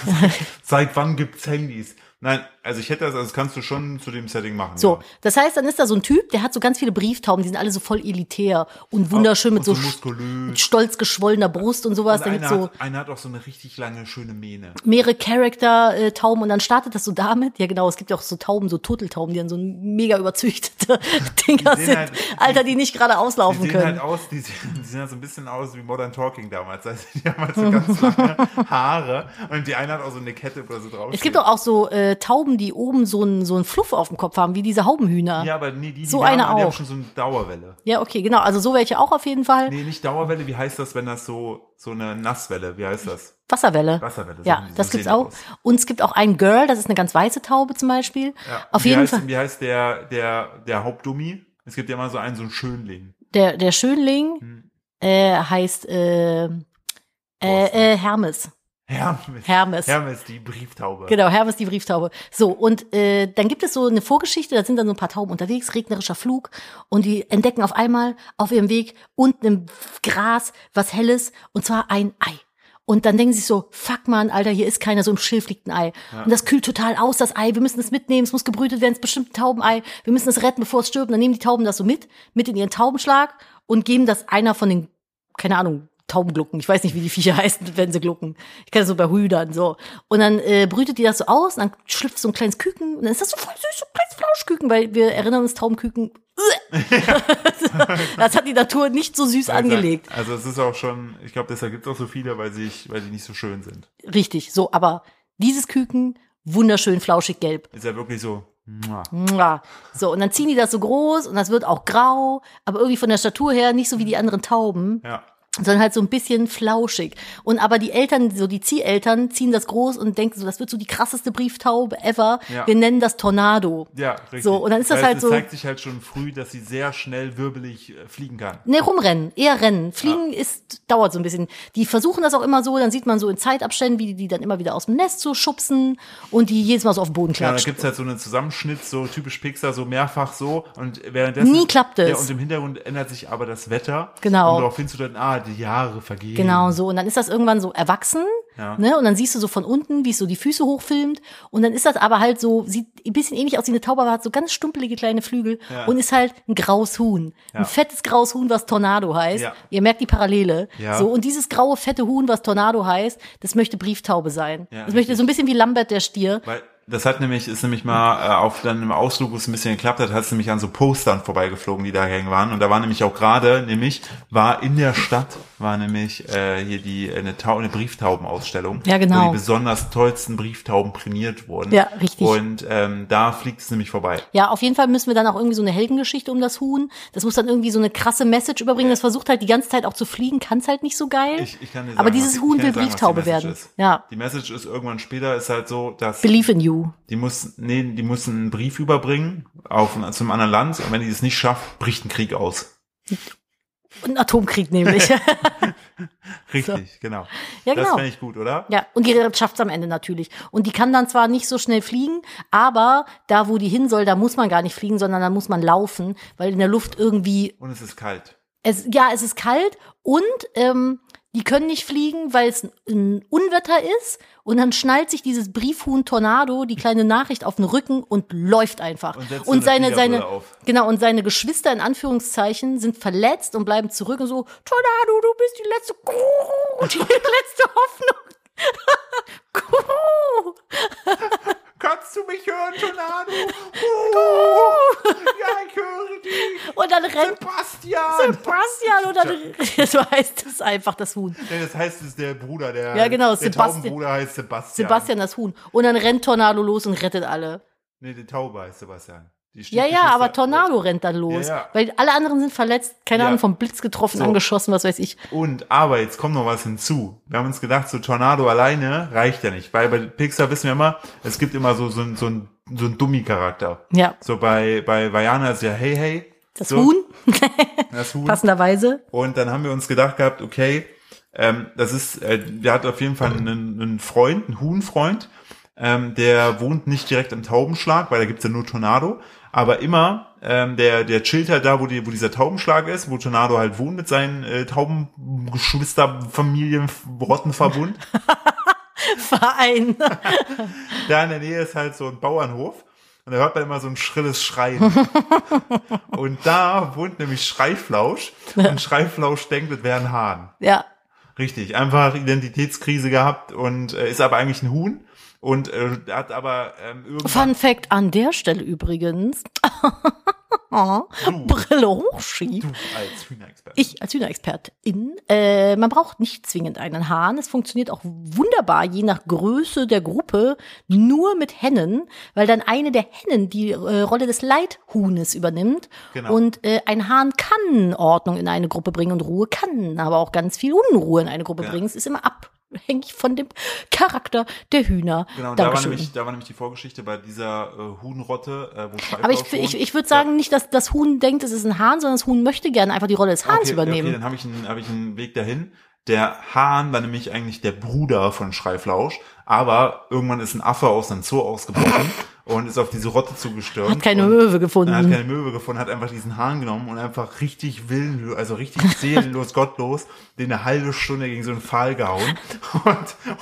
S1: seit wann gibt's Handys? Nein, also ich hätte das, also das kannst du schon zu dem Setting machen.
S2: So,
S1: ja.
S2: das heißt, dann ist da so ein Typ, der hat so ganz viele Brieftauben, die sind alle so voll elitär und wunderschön mit
S1: Und
S2: so,
S1: so
S2: sch-
S1: muskulös.
S2: mit stolz geschwollener Brust und sowas.
S1: Und
S2: dann
S1: einer,
S2: gibt's so
S1: hat, einer hat auch so eine richtig lange, schöne Mähne.
S2: mehrere Charakter-Tauben und dann startet das so damit. Ja, genau, es gibt ja auch so Tauben, so Turteltauben, die dann so mega überzüchtete Dinger
S1: Die sehen
S2: sind.
S1: halt-
S2: Alter, die nicht gerade
S1: Die
S2: auslaufen
S1: sehen
S2: können.
S1: halt aus, die sehen, die sehen halt so ein bisschen aus wie Modern Talking damals. Also die haben halt so ganz lange Haare und die eine hat auch so eine Kette oder so drauf.
S2: es gibt doch auch so äh, Tauben, die oben so einen so einen Fluff auf dem Kopf haben, wie diese Haubenhühner.
S1: Ja, aber nee, die, die,
S2: So
S1: haben,
S2: eine
S1: die haben
S2: auch.
S1: schon so eine Dauerwelle.
S2: Ja, okay, genau. Also so welche auch auf jeden Fall.
S1: Nee, nicht Dauerwelle, wie heißt das, wenn das so, so eine Nasswelle, wie heißt das?
S2: Wasserwelle.
S1: Wasserwelle, so
S2: Ja,
S1: sehen die-
S2: das
S1: so sehen
S2: gibt's
S1: die
S2: auch.
S1: aus.
S2: Und es gibt auch ein Girl, das ist eine ganz weiße Taube zum Beispiel.
S1: Ja.
S2: Auf
S1: wie
S2: jeden
S1: heißt,
S2: Fall.
S1: Wie heißt der, der, der Hauptdummi? Es gibt ja immer so einen, so einen Schönling.
S2: Der, der Schönling
S1: Hm.
S2: äh, heißt äh, äh, äh, Hermes.
S1: Hermes.
S2: Hermes.
S1: Hermes, die Brieftaube.
S2: Genau, Hermes die Brieftaube. So, und äh, dann gibt es so eine Vorgeschichte, da sind dann so ein paar Tauben unterwegs, regnerischer Flug, und die entdecken auf einmal auf ihrem Weg unten im Gras was Helles, und zwar ein Ei. Und dann denken sie sich so, fuck man, Alter, hier ist keiner, so im Schilf liegt ein Ei. Und das kühlt total aus, das Ei, wir müssen es mitnehmen, es muss gebrütet werden, es ist bestimmt ein Taubenei, wir müssen es retten, bevor es stirbt. Und dann nehmen die Tauben das so mit, mit in ihren Taubenschlag und geben das einer von den keine Ahnung, Taubenglucken. Ich weiß nicht, wie die Viecher heißen, wenn sie glucken. Ich kann das so bei Hüdern so. Und dann äh, brütet die das so aus und dann schlüpft so ein kleines Küken und dann ist das so voll süß, so ein kleines Flauschküken, weil wir erinnern uns Taubenküken. äh. das hat die Natur nicht so süß
S1: Also-
S2: angelegt.
S1: Also es ist auch schon, ich glaube, deshalb gibt es auch so viele, weil sie, weil die nicht so schön sind.
S2: Richtig, so, aber dieses Küken, wunderschön flauschig gelb.
S1: Ist ja wirklich so. Hm. mua.
S2: Mua. So, und dann ziehen die das so groß und das wird auch grau, aber irgendwie von der Statur her nicht so wie die anderen Tauben.
S1: Ja.
S2: sondern halt so ein bisschen flauschig. Und aber die Eltern, so die Zieheltern, ziehen das groß und denken so, das wird so die krasseste Brieftaube ever.
S1: Ja.
S2: Wir nennen das Tornado.
S1: Ja, richtig.
S2: So, und dann ist das
S1: Weil
S2: halt
S1: es
S2: so-
S1: zeigt sich halt schon früh, dass sie sehr schnell wirbelig äh, fliegen kann.
S2: Ne, rumrennen, eher rennen. Fliegen ist, dauert so ein bisschen. Die versuchen das auch immer so, dann sieht man so in Zeitabständen, wie die die dann immer wieder aus dem Nest so schubsen und die jedes Mal so auf den Boden
S1: Ja, da
S2: klatschen.
S1: gibt's halt so einen Zusammenschnitt, so typisch Pixar, so mehrfach so. Und währenddessen.
S2: Nie klappt
S1: Ja,
S2: es.
S1: und im Hintergrund ändert sich aber das Wetter.
S2: Genau.
S1: Um darauf hinzudeuten, ah, die Jahre vergehen.
S2: Genau so. Und dann ist das irgendwann so erwachsen.
S1: Ja.
S2: Ne? Und dann siehst du so von unten, wie es so die Füße hochfilmt. Und dann ist das aber halt so, sieht ein bisschen ähnlich aus wie eine Taube, aber hat so ganz stumpelige kleine Flügel
S1: Ja.
S2: und ist halt ein graues Huhn.
S1: Ja.
S2: Ein fettes graues Huhn, was Tornado heißt.
S1: Ja.
S2: Ihr merkt die Parallele.
S1: Ja.
S2: So, und dieses graue, fette Huhn, was Tornado heißt, das möchte Brieftaube sein.
S1: Ja,
S2: das möchte so ein bisschen wie Lambert der Stier.
S1: Weil das hat nämlich, ist nämlich mal äh, auf dann im Ausflug, wo es ein bisschen geklappt hat, hat es nämlich an so Postern vorbeigeflogen, die da hängen waren. Und da war nämlich auch gerade, nämlich, war in der Stadt, war nämlich äh, hier die äh, eine, Tau eine Brieftaubenausstellung,
S2: Ja, genau.
S1: wo die besonders tollsten Brieftauben prämiert wurden.
S2: Ja, richtig.
S1: Und ähm, da fliegt es nämlich vorbei.
S2: Ja, auf jeden Fall müssen wir dann auch irgendwie so eine Heldengeschichte um das Huhn. Das muss dann irgendwie so eine krasse Message überbringen. Das versucht halt die ganze Zeit auch zu fliegen, kann's halt nicht so geil.
S1: Ich, ich kann dir sagen,
S2: Aber
S1: was-
S2: dieses
S1: ich
S2: Huhn
S1: kann dir
S2: will
S1: sagen, was die
S2: Brieftaube
S1: Message
S2: werden.
S1: Ist.
S2: Ja.
S1: Die Message ist irgendwann später, ist halt so, dass
S2: Believe in you.
S1: die muss, nee, die müssen einen Brief überbringen auf, ein- zum anderen Land und wenn die es nicht schafft, bricht ein Krieg aus.
S2: Ein Atomkrieg nämlich.
S1: Richtig, genau.
S2: Ja,
S1: Das
S2: genau.
S1: fände ich gut, oder?
S2: ja, und die schafft's am Ende natürlich. Und die kann dann zwar nicht so schnell fliegen, aber da, wo die hin soll, da muss man gar nicht fliegen, sondern da muss man laufen, weil in der Luft irgendwie,
S1: Und es ist kalt.
S2: es, ja, es ist kalt und ähm, die können nicht fliegen, weil es ein Unwetter ist. Und dann schnallt sich dieses Briefhuhn Tornado die kleine Nachricht auf den Rücken und läuft einfach.
S1: Und setzt
S2: Und
S1: so eine
S2: seine, seine,
S1: Fliegerbrille auf.
S2: genau, und seine Geschwister in Anführungszeichen sind verletzt und bleiben zurück und so, Tornado, du bist die letzte, die letzte Hoffnung. Kuh.
S1: Kannst du mich hören, Tornado? Oh.
S2: Oh.
S1: ja, ich höre dich.
S2: Und dann rennt
S1: Sebastian!
S2: Sebastian und dann, so heißt es einfach, das Huhn.
S1: Ja, das heißt, es ist der Bruder, der,
S2: Ja, genau,
S1: der
S2: Sebastian.
S1: Taubenbruder heißt Sebastian.
S2: Sebastian, das Huhn. Und dann rennt Tornado los und rettet alle.
S1: Nee, der Taube heißt Sebastian. Die
S2: Ja, ja,
S1: Stiefgeschwister-
S2: aber Tornado rennt dann los.
S1: Ja, ja.
S2: Weil alle anderen sind verletzt, keine
S1: Ja.
S2: Ahnung, vom Blitz getroffen,
S1: So.
S2: angeschossen, was weiß ich.
S1: Und, aber jetzt kommt noch was hinzu. Wir haben uns gedacht, so Tornado alleine reicht ja nicht, weil bei Pixar wissen wir immer, es gibt immer so, so, ein- so ein, so ein Dummy-Charakter.
S2: Ja.
S1: So bei, bei Vajana ist ja Hey Hey.
S2: Das
S1: so,
S2: Huhn,
S1: Das Huhn.
S2: passenderweise.
S1: Und dann haben wir uns gedacht gehabt, okay, ähm, das ist, äh, der hat auf jeden Fall einen, einen Freund, einen Huhnfreund, ähm, der wohnt nicht direkt im Taubenschlag, weil da gibt's ja nur Tornado, aber immer, ähm, der, der chillt halt da, wo, die, wo dieser Taubenschlag ist, wo Tornado halt wohnt mit seinen äh, Taubengeschwisterfamilien-Rottenverbund.
S2: Verein.
S1: Da in der Nähe ist halt so ein Bauernhof und da hört man immer so ein schrilles Schreien. und da wohnt nämlich Schreiflausch und Schreiflausch denkt, es wäre ein Hahn.
S2: ja.
S1: Richtig, einfach Identitätskrise gehabt und äh, ist aber eigentlich ein Huhn und äh, hat aber ähm, irgendwann
S2: Fun Fact an der Stelle übrigens.
S1: du,
S2: Brille hochschieb.
S1: du als Hühnerexperte.
S2: Ich als Hühnerexpertin, äh, man braucht nicht zwingend einen Hahn. Es funktioniert auch wunderbar, je nach Größe der Gruppe, nur mit Hennen, weil dann eine der Hennen die äh, Rolle des Leithuhnes übernimmt.
S1: Genau.
S2: Und äh, ein Hahn kann Ordnung in eine Gruppe bringen und Ruhe kann aber auch ganz viel Unruhe in eine Gruppe
S1: Ja.
S2: bringen. Es ist immer abhängig von dem Charakter der Hühner.
S1: Genau, und da war,
S2: Dankeschön.
S1: nämlich, da war nämlich die Vorgeschichte bei dieser äh, Huhnrotte, äh, wo Schreiflausch
S2: Aber ich,
S1: wohnt.
S2: ich, ich würde sagen, nicht, dass das Huhn denkt, es ist ein Hahn, sondern das Huhn möchte gerne einfach die Rolle des Hahns
S1: okay,
S2: übernehmen.
S1: Okay, dann habe ich, einen- hab ich einen Weg dahin. Der Hahn war nämlich eigentlich der Bruder von Schreiflausch, aber irgendwann ist ein Affe aus einem Zoo ausgebrochen und ist auf diese Rotte zugestürmt.
S2: Hat keine
S1: und-
S2: Möwe
S1: Er hat
S2: gefunden.
S1: keine Möwe gefunden, hat einfach diesen Hahn genommen und einfach richtig willenlos, also richtig seelenlos, gottlos, den eine halbe Stunde gegen so einen Pfahl gehauen. Und,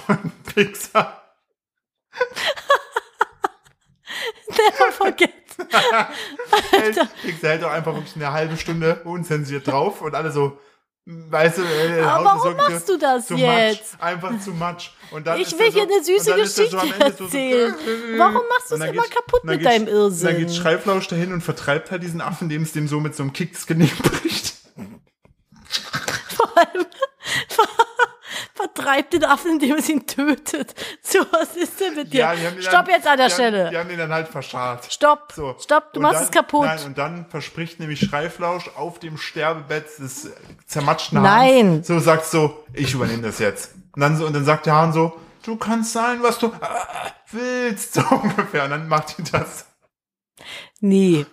S1: und Pixar,
S2: Never forget.
S1: hält, Pixar hält doch einfach wirklich eine halbe Stunde unzensiert drauf und alle so, weißt du, äh,
S2: Aber
S1: haut so
S2: warum machst du das
S1: zu
S2: jetzt?
S1: Much, einfach zu much. Und dann
S2: Ich
S1: ist
S2: will
S1: er so,
S2: hier eine süße
S1: und dann ist er so am
S2: Geschichte
S1: Ende so-
S2: erzählen. Warum machst du
S1: Und
S2: es
S1: dann
S2: immer
S1: geht-
S2: kaputt
S1: und dann
S2: mit
S1: geht-
S2: deinem Irrsinn?
S1: Dann geht Schreiflausch dahin und vertreibt halt diesen Affen, dem es dem so mit so einem Kick das Genick bricht.
S2: Vor allem vertreibt den Affen, indem es ihn tötet. So, was ist denn mit dir?
S1: Ja, die haben den
S2: Stopp
S1: dann,
S2: jetzt an der
S1: die
S2: Stelle.
S1: Haben, die haben den dann halt verscharrt.
S2: Stopp.
S1: So.
S2: Stopp, du
S1: Und
S2: machst
S1: dann,
S2: es kaputt.
S1: Nein, und dann verspricht nämlich Schreiflausch auf dem Sterbebett des zermatschten
S2: Nein.
S1: Hahns. So sagt so, ich übernehme das jetzt. Und dann, so, und dann sagt der Hahn so, du kannst sein, was du äh, willst. So ungefähr. Und dann macht die das.
S2: nee.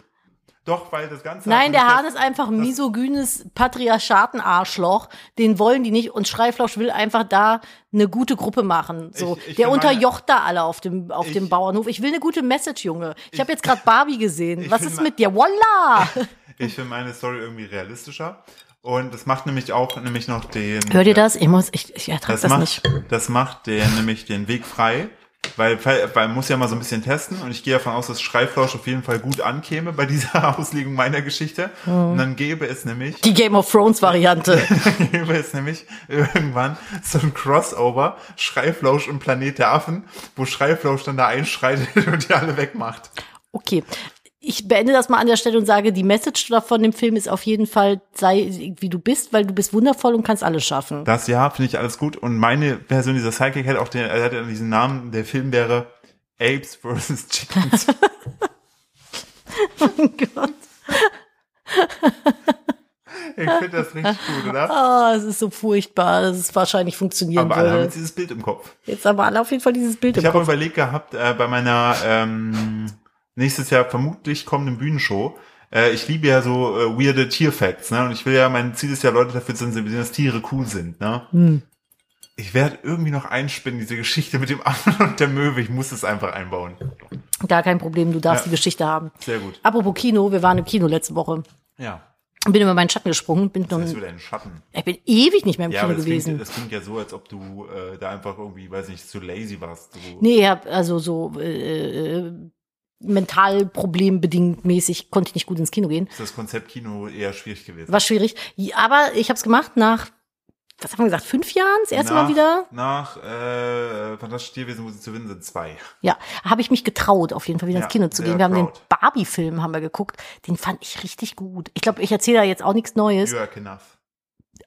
S1: Doch, weil das Ganze.
S2: Nein, der Hahn
S1: hat nämlich
S2: ist einfach ein misogynes Patriarchatenarschloch. Den wollen die nicht. Und Schreiflausch will einfach da eine gute Gruppe machen. So,
S1: Ich- ich
S2: der
S1: bin meine-
S2: unterjocht da alle auf dem auf
S1: Ich-
S2: dem Bauernhof. Ich will eine gute Message, Junge. Ich, hab habe jetzt gerade Barbie gesehen. Was
S1: bin
S2: ist
S1: mein-
S2: mit dir? Voila!
S1: Das, ich finde meine Story irgendwie realistischer. Und das macht nämlich auch nämlich noch den.
S2: Hört ihr das? Ich muss, ich, ich ertrage
S1: Das,
S2: das,
S1: macht,
S2: nicht.
S1: das macht den, nämlich den Weg frei. Weil, weil weil man muss ja mal so ein bisschen testen und ich gehe davon aus, dass Schreiflausch auf jeden Fall gut ankäme bei dieser Auslegung meiner Geschichte. Und dann gäbe es nämlich
S2: Die Game of Thrones Variante.
S1: gäbe es nämlich irgendwann so ein Crossover, Schreiflausch und Planet der Affen, wo Schreiflausch dann da einschreitet und die alle wegmacht.
S2: Okay. Ich beende das mal an der Stelle und sage, die Message davon dem Film ist auf jeden Fall, sei wie du bist, weil du bist wundervoll und kannst alles schaffen.
S1: Das ja, finde ich alles gut. Und meine Version dieser Sidekick hätte auch den, er hätte diesen Namen, der Film wäre Apes vs. Chickens.
S2: Oh Gott.
S1: Ich finde das richtig gut, oder?
S2: Ah, es ist so furchtbar, dass es wahrscheinlich funktionieren
S1: Aber alle haben
S2: würde.
S1: jetzt dieses Bild im Kopf.
S2: Jetzt haben wir alle auf jeden Fall dieses Bild
S1: Ich
S2: im
S1: habe
S2: Kopf.
S1: überlegt gehabt, äh, bei meiner ähm, nächstes Jahr vermutlich kommenden Bühnenshow, äh, ich liebe ja so äh, weirde Tierfacts, ne? Und ich will ja, mein Ziel ist ja, Leute dafür zu sensibilisieren, dass Tiere cool sind, ne?
S2: Hm.
S1: Ich werde irgendwie noch einspinnen, diese Geschichte mit dem Affen und der Möwe. Ich muss es einfach einbauen.
S2: Gar kein Problem, du darfst
S1: Ja.
S2: die Geschichte haben.
S1: Sehr gut.
S2: Apropos Kino, wir waren im Kino letzte Woche.
S1: Ja.
S2: Bin über meinen Schatten gesprungen, bin
S1: Das ist
S2: nun,
S1: wieder ein Schatten.
S2: Ähm, ich bin ewig nicht mehr im
S1: Ja, aber
S2: Kino
S1: das
S2: gewesen.
S1: klingt, das klingt ja so, als ob du äh, da einfach irgendwie, weiß nicht, zu lazy warst. Du,
S2: Nee, hab also so äh, äh, mental problembedingt mäßig konnte ich nicht gut ins Kino gehen.
S1: Ist das Konzept Kino eher schwierig gewesen?
S2: War schwierig. Ja, Aber ich habe es gemacht nach, was haben wir gesagt, fünf Jahren, das erste
S1: nach,
S2: Mal wieder.
S1: Nach äh, Fantastische Tierwesen, wo sie zu winnen sind, zwei.
S2: Ja, habe ich mich getraut, auf jeden Fall wieder
S1: Ja,
S2: ins Kino zu
S1: sehr
S2: gehen. Wir haben den
S1: proud.
S2: Barbie-Film haben wir geguckt. Den fand ich richtig gut. Ich glaube, ich erzähle da jetzt auch nichts Neues.
S1: You are enough.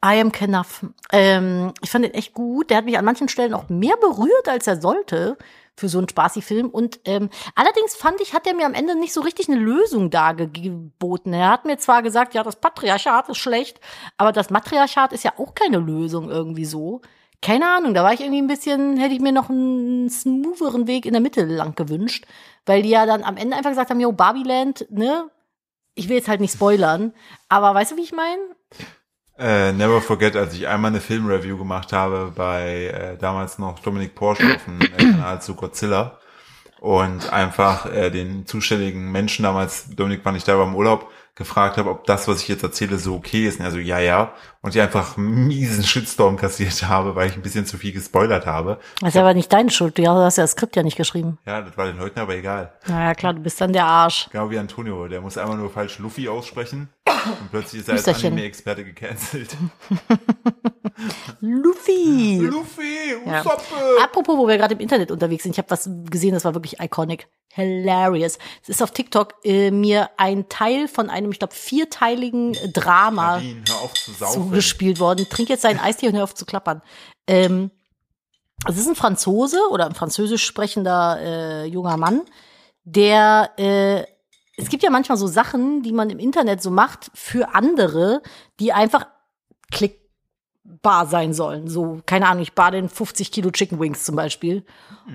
S2: I am Kenuff. Ähm, ich fand den echt gut. Der hat mich an manchen Stellen auch mehr berührt, als er sollte für so einen Spaßi-Film. Und ähm, allerdings fand ich, hat er mir am Ende nicht so richtig eine Lösung dargeboten. Er hat mir zwar gesagt, ja, das Patriarchat ist schlecht, aber das Matriarchat ist ja auch keine Lösung irgendwie so. Keine Ahnung, da war ich irgendwie ein bisschen, hätte ich mir noch einen smootheren Weg in der Mitte lang gewünscht, weil die ja dann am Ende einfach gesagt haben, yo, Barbieland, ne? Ich will jetzt halt nicht spoilern, aber weißt du, wie ich meine?
S1: Äh, never forget, als ich einmal eine Filmreview gemacht habe bei äh, damals noch Dominik Porsche auf dem äh, Kanal zu Godzilla und einfach äh, den zuständigen Menschen damals, Dominik war nicht da, war im Urlaub, gefragt habe, ob das, was ich jetzt erzähle, so okay ist. Und er so, ja, ja. Und ich einfach miesen Shitstorm kassiert habe, weil ich ein bisschen zu viel gespoilert habe.
S2: Das ist aber nicht deine Schuld. Du hast ja das Skript ja nicht geschrieben.
S1: Ja, das war den Leuten aber egal.
S2: Naja, klar, du bist dann der Arsch.
S1: Genau wie Antonio, der muss einmal nur falsch Luffy aussprechen und plötzlich ist er als
S2: Musterchen.
S1: Anime-Experte gecancelt.
S2: Luffy!
S1: Luffy,
S2: Ja.
S1: Usoppe!
S2: Apropos, wo wir gerade im Internet unterwegs sind, ich habe was gesehen, das war wirklich iconic. Hilarious. Es ist auf TikTok äh, mir ein Teil von einem, ich glaube, vierteiligen äh, Drama
S1: Nadine, hör auf zu saufen.
S2: zugespielt worden. Trink jetzt deinen Eistee und hör auf zu klappern. Ähm, es ist ein Franzose oder ein französisch sprechender äh, junger Mann, der äh, es gibt ja manchmal so Sachen, die man im Internet so macht für andere, die einfach klickbar sein sollen. So, keine Ahnung, ich bade in 50 Kilo Chicken Wings zum Beispiel.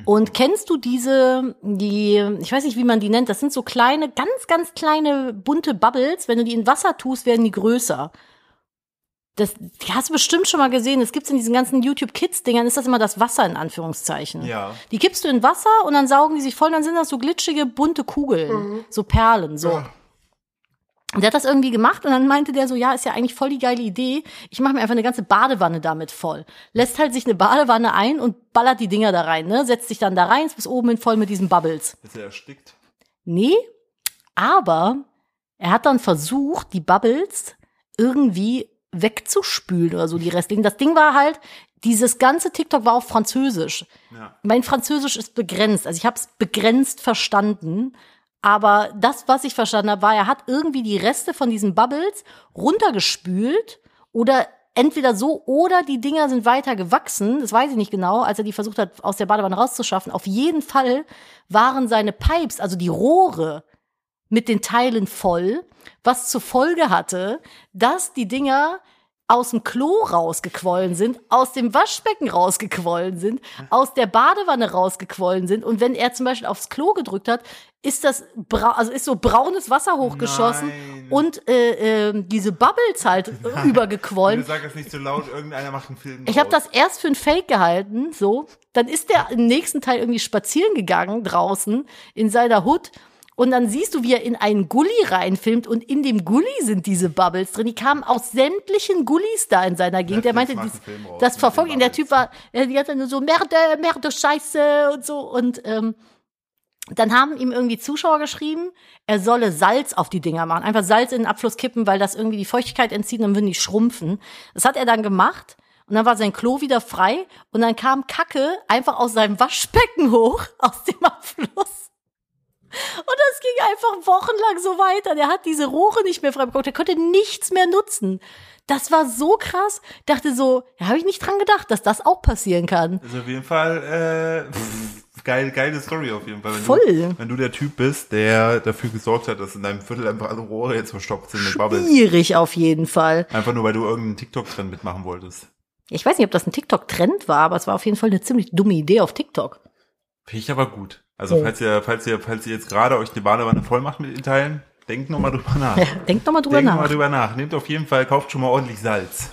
S2: Und kennst du diese, die, ich weiß nicht, wie man die nennt, das sind so kleine, ganz, ganz kleine bunte Bubbles. Wenn du die in Wasser tust, werden die größer. Das die hast du bestimmt schon mal gesehen. Das gibt's in diesen ganzen YouTube-Kids-Dingern, ist das immer das Wasser in Anführungszeichen.
S1: Ja.
S2: Die kippst du in Wasser und dann saugen die sich voll, dann sind das so glitschige, bunte Kugeln, so Perlen, so.
S1: Ja.
S2: Und der hat das irgendwie gemacht und dann meinte der so, ja, ist ja eigentlich voll die geile Idee. Ich mache mir einfach eine ganze Badewanne damit voll. Lässt halt sich eine Badewanne ein und ballert die Dinger da rein, ne? Setzt sich dann da rein, ist bis oben hin voll mit diesen Bubbles.
S1: Ist er erstickt?
S2: Nee, aber er hat dann versucht, die Bubbles irgendwie wegzuspülen oder so, die restlichen. Das Ding war halt, dieses ganze TikTok war auf Französisch
S1: Ja.
S2: mein Französisch ist begrenzt. Also ich habe es begrenzt verstanden. Aber das, was ich verstanden habe, war, er hat irgendwie die Reste von diesen Bubbles runtergespült oder entweder so oder die Dinger sind weiter gewachsen. Das weiß ich nicht genau, als er die versucht hat, aus der Badewanne rauszuschaffen. Auf jeden Fall waren seine Pipes, also die Rohre, mit den Teilen voll, was zur Folge hatte, dass die Dinger aus dem Klo rausgequollen sind, aus dem Waschbecken rausgequollen sind, aus der Badewanne rausgequollen sind. Und wenn er zum Beispiel aufs Klo gedrückt hat, ist das bra also ist so braunes Wasser hochgeschossen
S1: Nein.
S2: und äh, ähm, diese Bubbles halt
S1: Bitte
S2: übergequollen.
S1: sag das nicht so laut, irgendeiner macht einen Film.
S2: Ich habe
S1: draus.
S2: das erst für ein Fake gehalten, so. Dann ist der im nächsten Teil irgendwie spazieren gegangen draußen in seiner Hut Und dann siehst du, wie er in einen Gully reinfilmt und in dem Gully sind diese Bubbles drin. Die kamen aus sämtlichen Gullis da in seiner Gegend. Der meinte,
S1: macht einen
S2: dies,
S1: Film raus
S2: das
S1: mit
S2: verfolgt
S1: den
S2: ihn. Der
S1: Bubbles.
S2: Typ war äh, die ganze Zeit nur so, Merde, Merde, Scheiße und so. Und ähm, dann haben ihm irgendwie Zuschauer geschrieben, er solle Salz auf die Dinger machen. Einfach Salz in den Abfluss kippen, weil das irgendwie die Feuchtigkeit entzieht und dann würden die schrumpfen. Das hat er dann gemacht. Und dann war sein Klo wieder frei und dann kam Kacke einfach aus seinem Waschbecken hoch, aus dem Abfluss. Und das ging einfach wochenlang so weiter. Der hat diese Rohre nicht mehr frei bekommen. Der konnte nichts mehr nutzen. Das war so krass. Ich dachte so, da habe ich nicht dran gedacht, dass das auch passieren kann.
S1: Also auf jeden Fall, äh, pff, geil, geile Story auf jeden Fall. Wenn
S2: Voll.
S1: Du, wenn du der Typ bist, der dafür gesorgt hat, dass in deinem Viertel einfach alle Rohre jetzt verstopft sind mit Bubbles.
S2: Schwierig auf jeden Fall.
S1: Einfach nur, weil du irgendeinen TikTok-Trend mitmachen wolltest.
S2: Ich weiß nicht, ob das ein TikTok-Trend war, aber es war auf jeden Fall eine ziemlich dumme Idee auf TikTok.
S1: Finde ich aber gut. Also
S2: Ja.
S1: falls ihr, falls ihr, falls ihr jetzt gerade euch eine Badewanne voll macht mit den Teilen, denkt nochmal drüber nach.
S2: Denk nochmal drüber
S1: Denkt
S2: nach.
S1: nochmal drüber nach. Nehmt auf jeden Fall, kauft schon mal ordentlich Salz.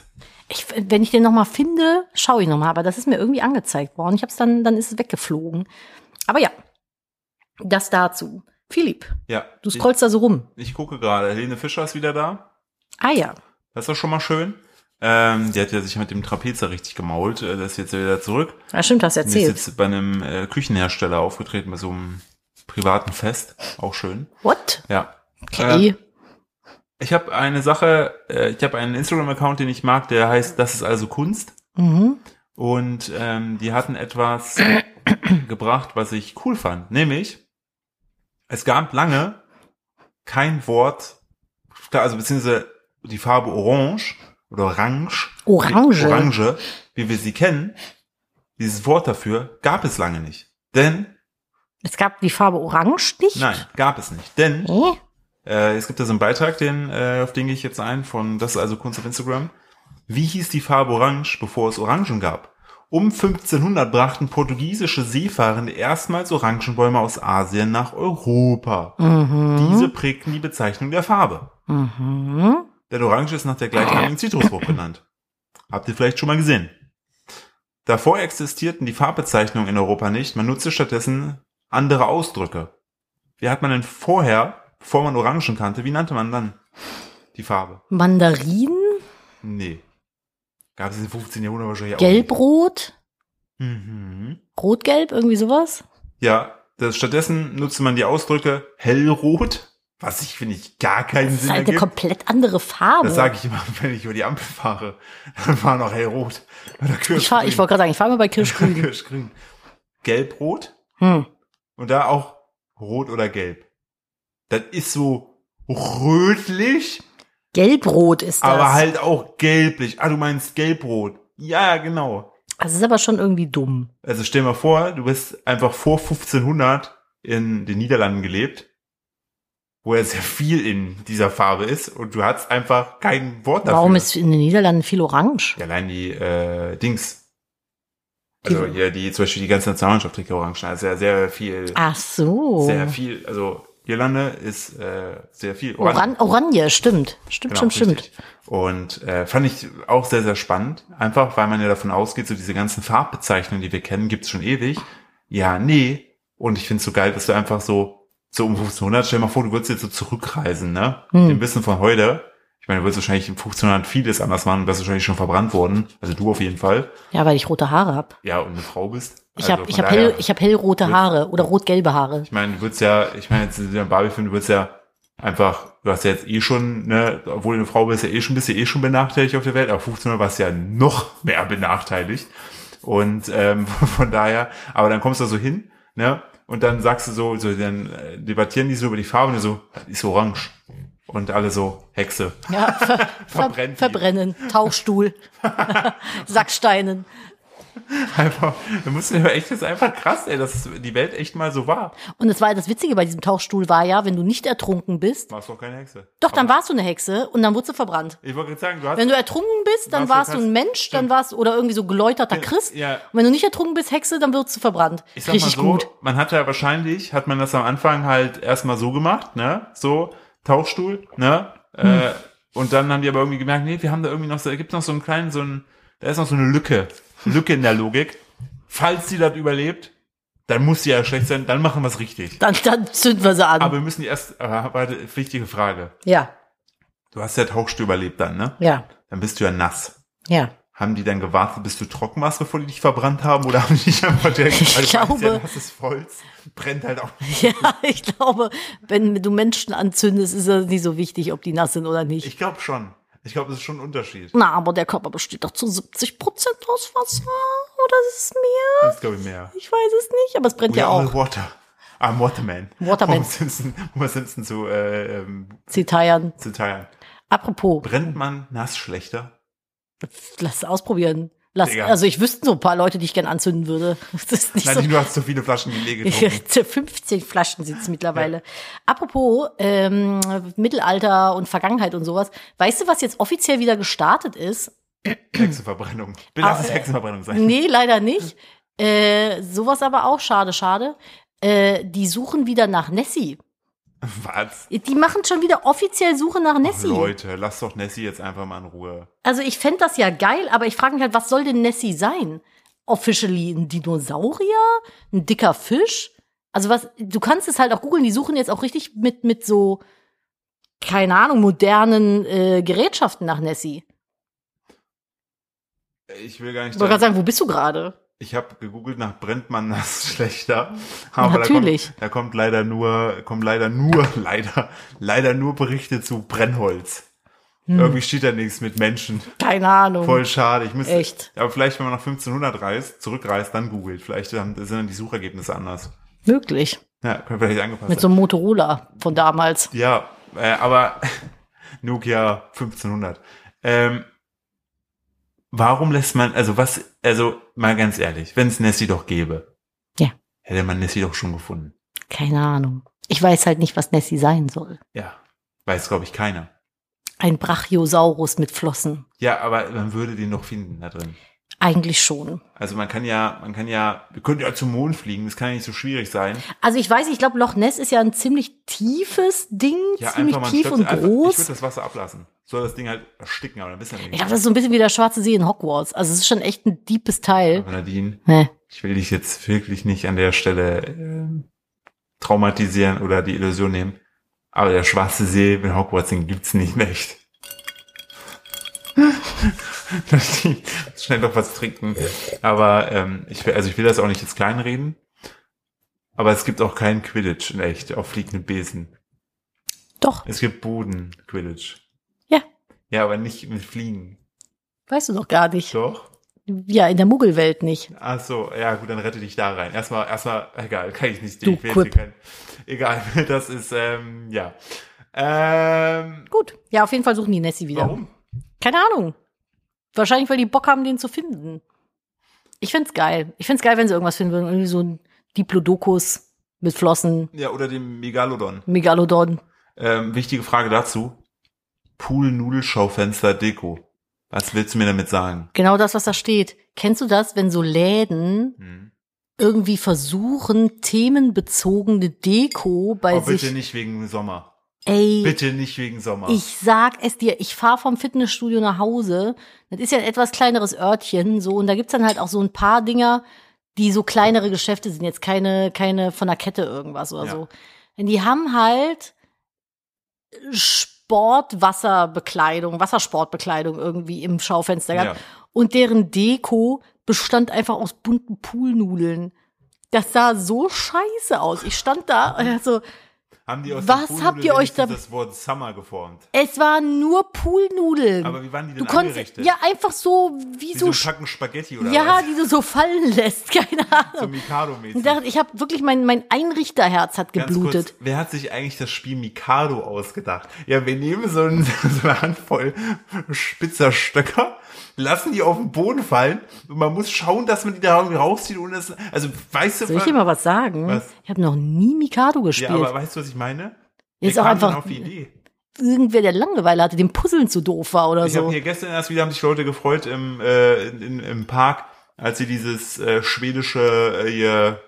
S2: Ich, wenn ich den nochmal finde, schaue ich nochmal. Aber das ist mir irgendwie angezeigt worden. Ich hab's dann, dann ist es weggeflogen. Aber ja, das dazu. Philipp,
S1: Ja.
S2: du scrollst da so rum.
S1: Ich, ich gucke gerade. Helene Fischer ist wieder da.
S2: Ah ja.
S1: Das ist doch schon mal schön. Ähm, die hat ja sich mit dem Trapezer richtig gemault. Äh, Das ist jetzt wieder zurück.
S2: Ja, stimmt, hast
S1: Die ist
S2: erzählt.
S1: jetzt bei einem äh, Küchenhersteller aufgetreten, bei so einem privaten Fest. Auch schön.
S2: What?
S1: Ja.
S2: Okay.
S1: Äh, ich habe eine Sache, äh, ich habe einen Instagram-Account, den ich mag, der heißt Das ist also Kunst.
S2: Mhm.
S1: Und ähm, die hatten etwas gebracht, was ich cool fand. Nämlich, es gab lange kein Wort, also beziehungsweise die Farbe Orange oder Orange.
S2: Orange.
S1: Orange, wie wir sie kennen. Dieses Wort dafür gab es lange nicht. Denn,
S2: Es gab die Farbe Orange nicht?
S1: nein, gab es nicht. Denn
S2: Hä?
S1: äh, es gibt da so einen Beitrag, den, äh, auf den gehe ich jetzt ein, von Das ist also Kunst auf Instagram. Wie hieß die Farbe Orange, bevor es Orangen gab? Um 1500 brachten portugiesische Seefahrende erstmals Orangenbäume aus Asien nach Europa. Diese prägten die Bezeichnung der Farbe.
S2: Mhm.
S1: Denn Orange ist nach der
S2: Ah,
S1: gleichnamigen Zitrusfrucht benannt. Habt ihr vielleicht schon mal gesehen. Davor existierten die Farbbezeichnungen in Europa nicht, man nutzte stattdessen andere Ausdrücke. Wie hat man denn vorher, bevor man Orangen kannte, wie nannte man dann die Farbe?
S2: Mandarinen?
S1: Nee. Gab es im 15. Jahrhundert wahrscheinlich auch.
S2: Gelbrot?
S1: Gelb. Mhm.
S2: Rotgelb? Irgendwie sowas?
S1: Ja, das, stattdessen nutzte man die Ausdrücke hellrot, was ich finde ich gar keinen
S2: Das ist
S1: Sinn
S2: halt eine
S1: ergibt.
S2: komplett andere Farbe.
S1: Das sage ich immer, wenn ich über die Ampel fahre. Dann fahr noch hellrot. Oder
S2: ich fahr, ich wollte gerade sagen, ich fahre mal bei Kirschgrün.
S1: Kirschgrün. Gelb-rot
S2: hm.
S1: und da auch rot oder gelb. Das ist so rötlich,
S2: Gelbrot ist das.
S1: aber halt auch gelblich. Ah, du meinst gelb-rot. Ja, genau.
S2: das ist aber schon irgendwie dumm.
S1: Also stell mal vor, du bist einfach vor 1500 in den Niederlanden gelebt, wo ja sehr viel in dieser Farbe ist und du hattest einfach kein Wort dafür.
S2: Warum ist in den Niederlanden viel Orange?
S1: Ja, Allein die äh, Dings.
S2: Die-
S1: Also hier die zum Beispiel die ganze Nationalmannschaft trägt ja Orangen. Also ja sehr viel,
S2: Ach so.
S1: sehr viel. Also Irlande ist äh, sehr viel
S2: Oran Oranje, stimmt. Stimmt,
S1: Genau,
S2: stimmt, Oh, stimmt.
S1: richtig. Und äh, fand ich auch sehr, sehr spannend. Einfach, weil man ja davon ausgeht, so diese ganzen Farbbezeichnungen, die wir kennen, gibt's schon ewig. Ja, nee. Und ich find's so geil, dass du einfach so, so um 1500, stell dir mal vor, du würdest jetzt so zurückreisen, ne?
S2: Hm.
S1: Mit dem Wissen von heute. Ich meine, du würdest wahrscheinlich im 1500 vieles anders machen und wärst wahrscheinlich schon verbrannt worden. Also du auf jeden Fall.
S2: Ja, weil ich rote Haare hab.
S1: Ja, und eine Frau bist.
S2: Ich
S1: Also
S2: hab,
S1: von
S2: ich hab,
S1: daher-
S2: hell, ich hab hellrote
S1: Ja.
S2: Haare oder rot-gelbe Haare.
S1: ich meine, du würdest ja, ich meine, jetzt in diesem Barbie-Film, du würdest ja einfach, du hast ja jetzt eh schon, ne, obwohl du eine Frau bist, ja eh schon, bist ja eh schon benachteiligt auf der Welt, aber 15 warst du ja noch mehr benachteiligt. Und ähm, von daher, aber dann kommst du da so hin, ne, und dann sagst du so, so dann äh, debattieren die so über die Farbe und du so, das ist orange. Und alle so, Hexe.
S2: Ja, ver
S1: Verbrennt die.
S2: verbrennen, verbrennen, Tauchstuhl, Sacksteinen.
S1: Einfach, da musst du dir echt, das ist einfach krass, ey, dass die Welt echt mal so war.
S2: Und das war das Witzige bei diesem Tauchstuhl war ja, wenn du nicht ertrunken bist,
S1: Warst doch keine Hexe.
S2: doch dann
S1: Aber
S2: warst du eine Hexe und dann wurdest du verbrannt.
S1: Ich wollte gerade sagen, du hast
S2: Wenn du ertrunken bist, dann
S1: Warst
S2: warst
S1: du
S2: du ein Mensch, dann warst du oder irgendwie so geläuterter Christ.
S1: ja.
S2: Und wenn du nicht ertrunken bist, Hexe, dann wirst du verbrannt.
S1: ich sag
S2: Richtig
S1: mal so,
S2: gut.
S1: man hat ja wahrscheinlich, hat man das am Anfang halt erstmal so gemacht, ne? So, Tauchstuhl, ne?
S2: Hm.
S1: Äh, und dann haben die aber irgendwie gemerkt, nee, wir haben da irgendwie noch so, da gibt's noch so einen kleinen, so einen, da ist noch so eine Lücke. Lücke in der Logik. Falls sie das überlebt, dann muss sie ja schlecht sein, dann machen wir es richtig.
S2: Dann, dann zünden wir sie an.
S1: Aber wir müssen die erst, äh, warte, wichtige Frage.
S2: ja,
S1: Du hast ja Tauchstöber überlebt dann, ne?
S2: ja,
S1: Dann bist du ja nass.
S2: ja.
S1: Haben die dann gewartet, bis du trocken warst, bevor die dich verbrannt haben? Oder haben die dich einfach direkt
S2: Ich
S1: weil du meinst
S2: glaube-
S1: ja, das ist Holz, brennt halt auch nicht.
S2: Ja, ich glaube, wenn du Menschen anzündest, ist es nicht so wichtig, ob die nass sind oder nicht.
S1: Ich glaube schon. Ich glaube, es ist schon ein Unterschied.
S2: Na, aber der Körper besteht doch zu 70 Prozent aus Wasser. Oder ist es mehr?
S1: Das ist, glaube ich, mehr.
S2: Ich weiß es nicht, aber es brennt
S1: We
S2: ja
S1: are
S2: auch.
S1: water. I'm Waterman.
S2: Waterman.
S1: Um Simpson, um Simpson zu, äh, ähm,
S2: Zitaiern.
S1: zu teilen.
S2: Apropos,
S1: Brennt man nass schlechter?
S2: lass es ausprobieren. Lass,
S1: Digga.
S2: also ich wüsste so ein paar Leute, die ich gern anzünden würde. Das ist nicht so.
S1: Nadine, du hast so viele Flaschen Gelee getrunken.
S2: 15 Flaschen sind's mittlerweile. Apropos ähm, Mittelalter und Vergangenheit und sowas. Weißt du, was jetzt offiziell wieder gestartet ist?
S1: Hexenverbrennung. Lass es Hexenverbrennung sein.
S2: Nee, leider nicht. Äh, sowas aber auch schade, schade. Äh, die suchen wieder nach Nessie.
S1: Was?
S2: Die machen schon wieder offiziell Suche nach Nessie.
S1: Leute, lass doch Nessie jetzt einfach mal in Ruhe.
S2: also ich fänd das ja geil, aber ich frage mich halt, was soll denn Nessie sein? Officially ein Dinosaurier? Ein dicker Fisch? Also was, du kannst es halt auch googeln, die suchen jetzt auch richtig mit, mit so, keine Ahnung, modernen äh, Gerätschaften nach Nessie.
S1: Ich will gar
S2: Ich
S1: nicht.
S2: wollte gerade sagen, wo bist du gerade?
S1: Ich habe gegoogelt nach brennt man nass schlechter. Aber
S2: Natürlich.
S1: Da kommt, da kommt leider nur, kommt leider nur, leider, leider nur Berichte zu Brennholz.
S2: Hm.
S1: Irgendwie steht da nichts mit Menschen.
S2: Keine Ahnung.
S1: Voll schade. Ich müsste,
S2: Oh. Echt?
S1: Aber vielleicht, wenn man nach 1500 reist, zurückreist, dann googelt. Vielleicht haben- sind dann die Suchergebnisse anders.
S2: Möglich.
S1: Ja, können vielleicht angepasst
S2: Mit so einem Motorola von damals.
S1: sein. Ja, äh, aber Nokia 1500. Ähm, warum lässt man, also was, also mal ganz ehrlich, wenn es Nessie doch gäbe,
S2: Ja.
S1: hätte man Nessie doch schon gefunden.
S2: Keine Ahnung. Ich weiß halt nicht, was Nessie sein soll.
S1: Ja, weiß glaube ich keiner.
S2: Ein Brachiosaurus mit Flossen.
S1: Ja, aber man würde den doch finden da drin.
S2: Eigentlich schon.
S1: Also man kann ja, man kann ja, wir könnten ja zum Mond fliegen, das kann ja nicht so schwierig sein.
S2: Also ich weiß, ich glaube, Loch Ness ist ja ein ziemlich tiefes Ding,
S1: Ja,
S2: ziemlich
S1: mal ein
S2: tief
S1: Stöpsel-
S2: und
S1: einfach- Ich
S2: groß.
S1: würde das Wasser ablassen. Soll das Ding halt ersticken, aber dann bist du ja
S2: Ich
S1: nicht.
S2: glaube, das ist so ein bisschen wie der Schwarze See in Hogwarts. Also es ist schon echt ein deepes Teil.
S1: Aber Nadine,
S2: Hä?
S1: ich will dich jetzt wirklich nicht an der Stelle ähm, traumatisieren oder die Illusion nehmen. Aber der schwarze See in Hogwarts, den gibt's nicht in echt. Nadine, schnell doch was trinken. Aber ähm, ich will, also ich will das auch nicht jetzt kleinreden. Aber es gibt auch keinen Quidditch in echt auf fliegenden Besen.
S2: Doch,
S1: Es gibt Boden Quidditch.
S2: Ja.
S1: Ja, aber nicht mit Fliegen.
S2: weißt du doch gar nicht.
S1: Doch.
S2: Ja, in der Muggelwelt nicht.
S1: Ach so, ja gut, dann rette dich da rein. Erstmal, erstmal, egal, kann ich nicht
S2: Du
S1: ich will
S2: Quip.
S1: kein- Egal, das ist, ähm, ja. Ähm,
S2: Gut, ja, auf jeden Fall suchen die Nessie wieder.
S1: warum?
S2: Keine Ahnung. Wahrscheinlich, weil die Bock haben, den zu finden. Ich find's geil. Ich find's geil, wenn sie irgendwas finden würden. Irgendwie so ein Diplodocus mit Flossen,
S1: Ja, oder dem Megalodon.
S2: Megalodon.
S1: Ähm, wichtige Frage dazu. Pool-Nudelschaufenster-Deko. Was willst du mir damit sagen?
S2: Genau das, was da steht. Kennst du das, wenn so Läden
S1: Hm.
S2: irgendwie versuchen, themenbezogene Deko bei
S1: Aber bitte
S2: sich.
S1: nicht wegen Sommer.
S2: Ey,
S1: Bitte nicht wegen Sommer.
S2: ich sag es dir, ich fahre vom Fitnessstudio nach Hause. Das ist ja ein etwas kleineres Örtchen, so, und da gibt's dann halt auch so ein paar Dinger, die so kleinere Geschäfte sind, jetzt keine, keine von der Kette irgendwas oder
S1: Ja.
S2: so. Denn die haben halt Sportwasserbekleidung, Wassersportbekleidung irgendwie im Schaufenster gehabt.
S1: Ja.
S2: Und deren Deko bestand einfach aus bunten Poolnudeln. Das sah so scheiße aus. Ich stand da also und dachte so,
S1: Haben die aus
S2: was
S1: dem
S2: habt ihr euch
S1: wenigstens
S2: da-
S1: das Wort Summer geformt?
S2: es waren nur Poolnudeln.
S1: Aber wie waren die
S2: Du
S1: denn
S2: konntest,
S1: angerichtet?
S2: ja, einfach so, wie
S1: Wie
S2: so,
S1: so
S2: Sch-
S1: Packen Spaghetti oder
S2: ja,
S1: was?
S2: die du so fallen lässt, keine
S1: So
S2: Ahnung.
S1: Mikado-mäßig.
S2: Ich dachte, ich habe wirklich, mein, mein Einrichterherz hat
S1: Ganz
S2: geblutet.
S1: Kurz, wer hat sich eigentlich das Spiel Mikado ausgedacht? Ja, wir nehmen so, ein, so eine Handvoll spitzer Stöcker, lassen die auf den Boden fallen und man muss schauen, dass man die da irgendwie rauszieht, ohne dass, also weißt du,
S2: Soll ich dir mal was sagen?
S1: Was?
S2: Ich habe noch nie Mikado
S1: ja,
S2: gespielt.
S1: aber weißt du, was ich meine?
S2: Ist
S1: Wer
S2: auch
S1: kam denn
S2: einfach-
S1: auf die Idee.
S2: Irgendwer, der Langeweile hatte, dem Puzzeln zu doof war oder
S1: Ich habe
S2: so.
S1: hier gestern erst wieder haben sich Leute gefreut im, äh, in, in, im Park, als sie dieses äh, schwedische äh, ihr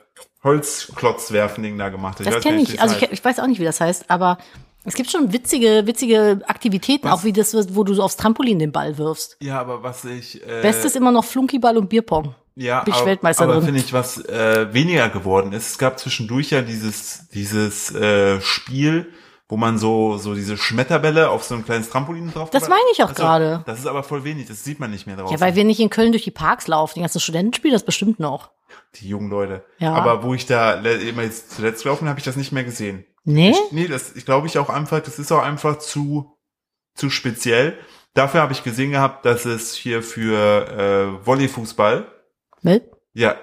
S1: Holzklotzwerfen-Ding da gemacht hat.
S2: Das
S1: weiß gar
S2: kenne
S1: nicht, wie
S2: ich.
S1: es
S2: Also ich,
S1: heißt.
S2: ich weiß auch nicht, wie das heißt, aber es gibt schon witzige, witzige Aktivitäten, auch wie das, wo du so aufs Trampolin den Ball wirfst.
S1: ja, aber was ich äh,
S2: Bestes immer noch Flunkyball und Bierpong.
S1: Ja,
S2: Bin ich
S1: aber-
S2: Weltmeisterin.
S1: aber finde ich, was äh, weniger geworden ist. Es gab zwischendurch ja dieses dieses äh, Spiel, wo man so so diese Schmetterbälle auf so ein kleines Trampolin drauf. Also,
S2: Das meine ich auch gerade.
S1: Das ist aber voll wenig. Das sieht man nicht mehr drauf.
S2: Ja, weil wir nicht in Köln durch die Parks laufen. Die ganzen Studenten spielen das bestimmt noch.
S1: die jungen Leute.
S2: Ja.
S1: Aber wo ich da le- immer jetzt zuletzt gelaufen, habe ich das nicht mehr gesehen.
S2: Nee?
S1: Ich, nee, das ich glaube ich auch einfach. Das ist auch einfach zu zu speziell. Dafür habe ich gesehen gehabt, dass es hier für äh, Volleyfußball,
S2: Mel?
S1: ja,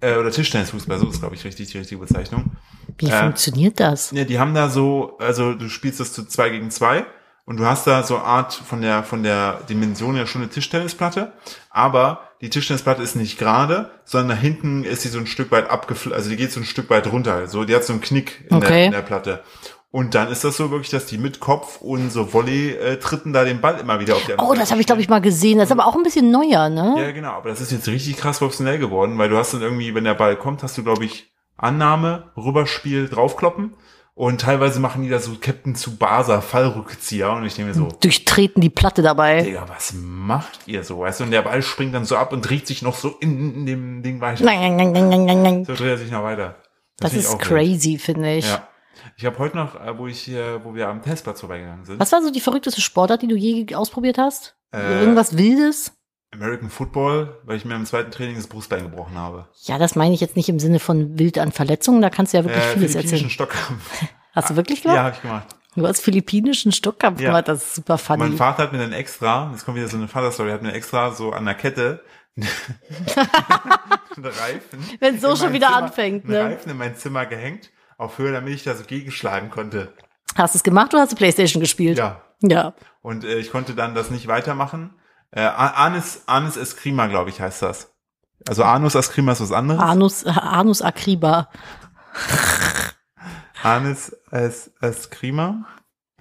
S1: äh, oder Tischtennisfußball, so ist glaube ich richtig die richtige Bezeichnung.
S2: Wie
S1: Äh,
S2: funktioniert das?
S1: Ja, die haben da so, also du spielst das zu zwei gegen zwei und du hast da so eine Art von der von der Dimension ja schon eine Tischtennisplatte, aber die Tischtennisplatte ist nicht gerade, sondern nach hinten ist sie so ein Stück weit abgefl, also die geht so ein Stück weit runter, so die hat so einen Knick in,
S2: Okay.
S1: der, in der Platte. Und dann ist das so wirklich, dass die mit Kopf und so Volley-Tritten da den Ball immer wieder auf die andere
S2: Oh, das habe ich, glaube ich, mal gesehen. Das ist aber auch ein bisschen neuer, ne?
S1: ja, genau, aber das ist jetzt richtig krass professionell geworden, weil du hast dann irgendwie, wenn der Ball kommt, hast du, glaube ich, Annahme, Rüberspiel, draufkloppen. Und teilweise machen die da so Captain zu Basa, Fallrückzieher. Und ich denke mir so,
S2: Durchtreten die Platte dabei.
S1: Digga, was macht ihr so? Weißt du, und der Ball springt dann so ab und dreht sich noch so in, in dem Ding weiter.
S2: Nein, nein, nein, nein, nein, nein.
S1: So dreht er sich noch weiter.
S2: Das
S1: finde ich
S2: ist
S1: auch wild.
S2: crazy, finde ich.
S1: Ja. Ich habe heute noch, äh, wo ich hier, wo wir am Testplatz vorbeigegangen sind,
S2: Was war so die verrückteste Sportart, die du je ge- ausprobiert hast?
S1: Äh.
S2: Irgendwas Wildes?
S1: American Football, weil ich mir im zweiten Training das Brustbein gebrochen habe.
S2: Ja, das meine ich jetzt nicht im Sinne von wild an Verletzungen. Da kannst du ja wirklich
S1: Äh,
S2: vieles
S1: philippinischen
S2: erzählen.
S1: Stockkampf.
S2: Hast du
S1: Ja,
S2: wirklich gemacht?
S1: habe ich gemacht.
S2: Du hast philippinischen Stockkampf
S1: Ja.
S2: gemacht. Das ist super
S1: Mein
S2: funny.
S1: Vater hat mir dann extra, jetzt kommt wieder so eine Vaterstory, hat mir extra so an der Kette einen Reifen.
S2: Wenn's so
S1: in
S2: schon
S1: mein
S2: wieder
S1: Zimmer-
S2: anfängt,
S1: einen
S2: ne?
S1: Reifen in mein Zimmer gehängt, auf Höhe, damit ich da so gegenschlagen konnte.
S2: Hast du es gemacht oder hast du Playstation gespielt?
S1: Ja.
S2: Ja.
S1: Und äh, ich konnte dann das nicht weitermachen. Äh, A- Anis, Anis Eskrima, glaube ich, heißt das. Also Anus Eskrima ist was anderes.
S2: Anus, Anus Akriba.
S1: Anis es, Eskrima.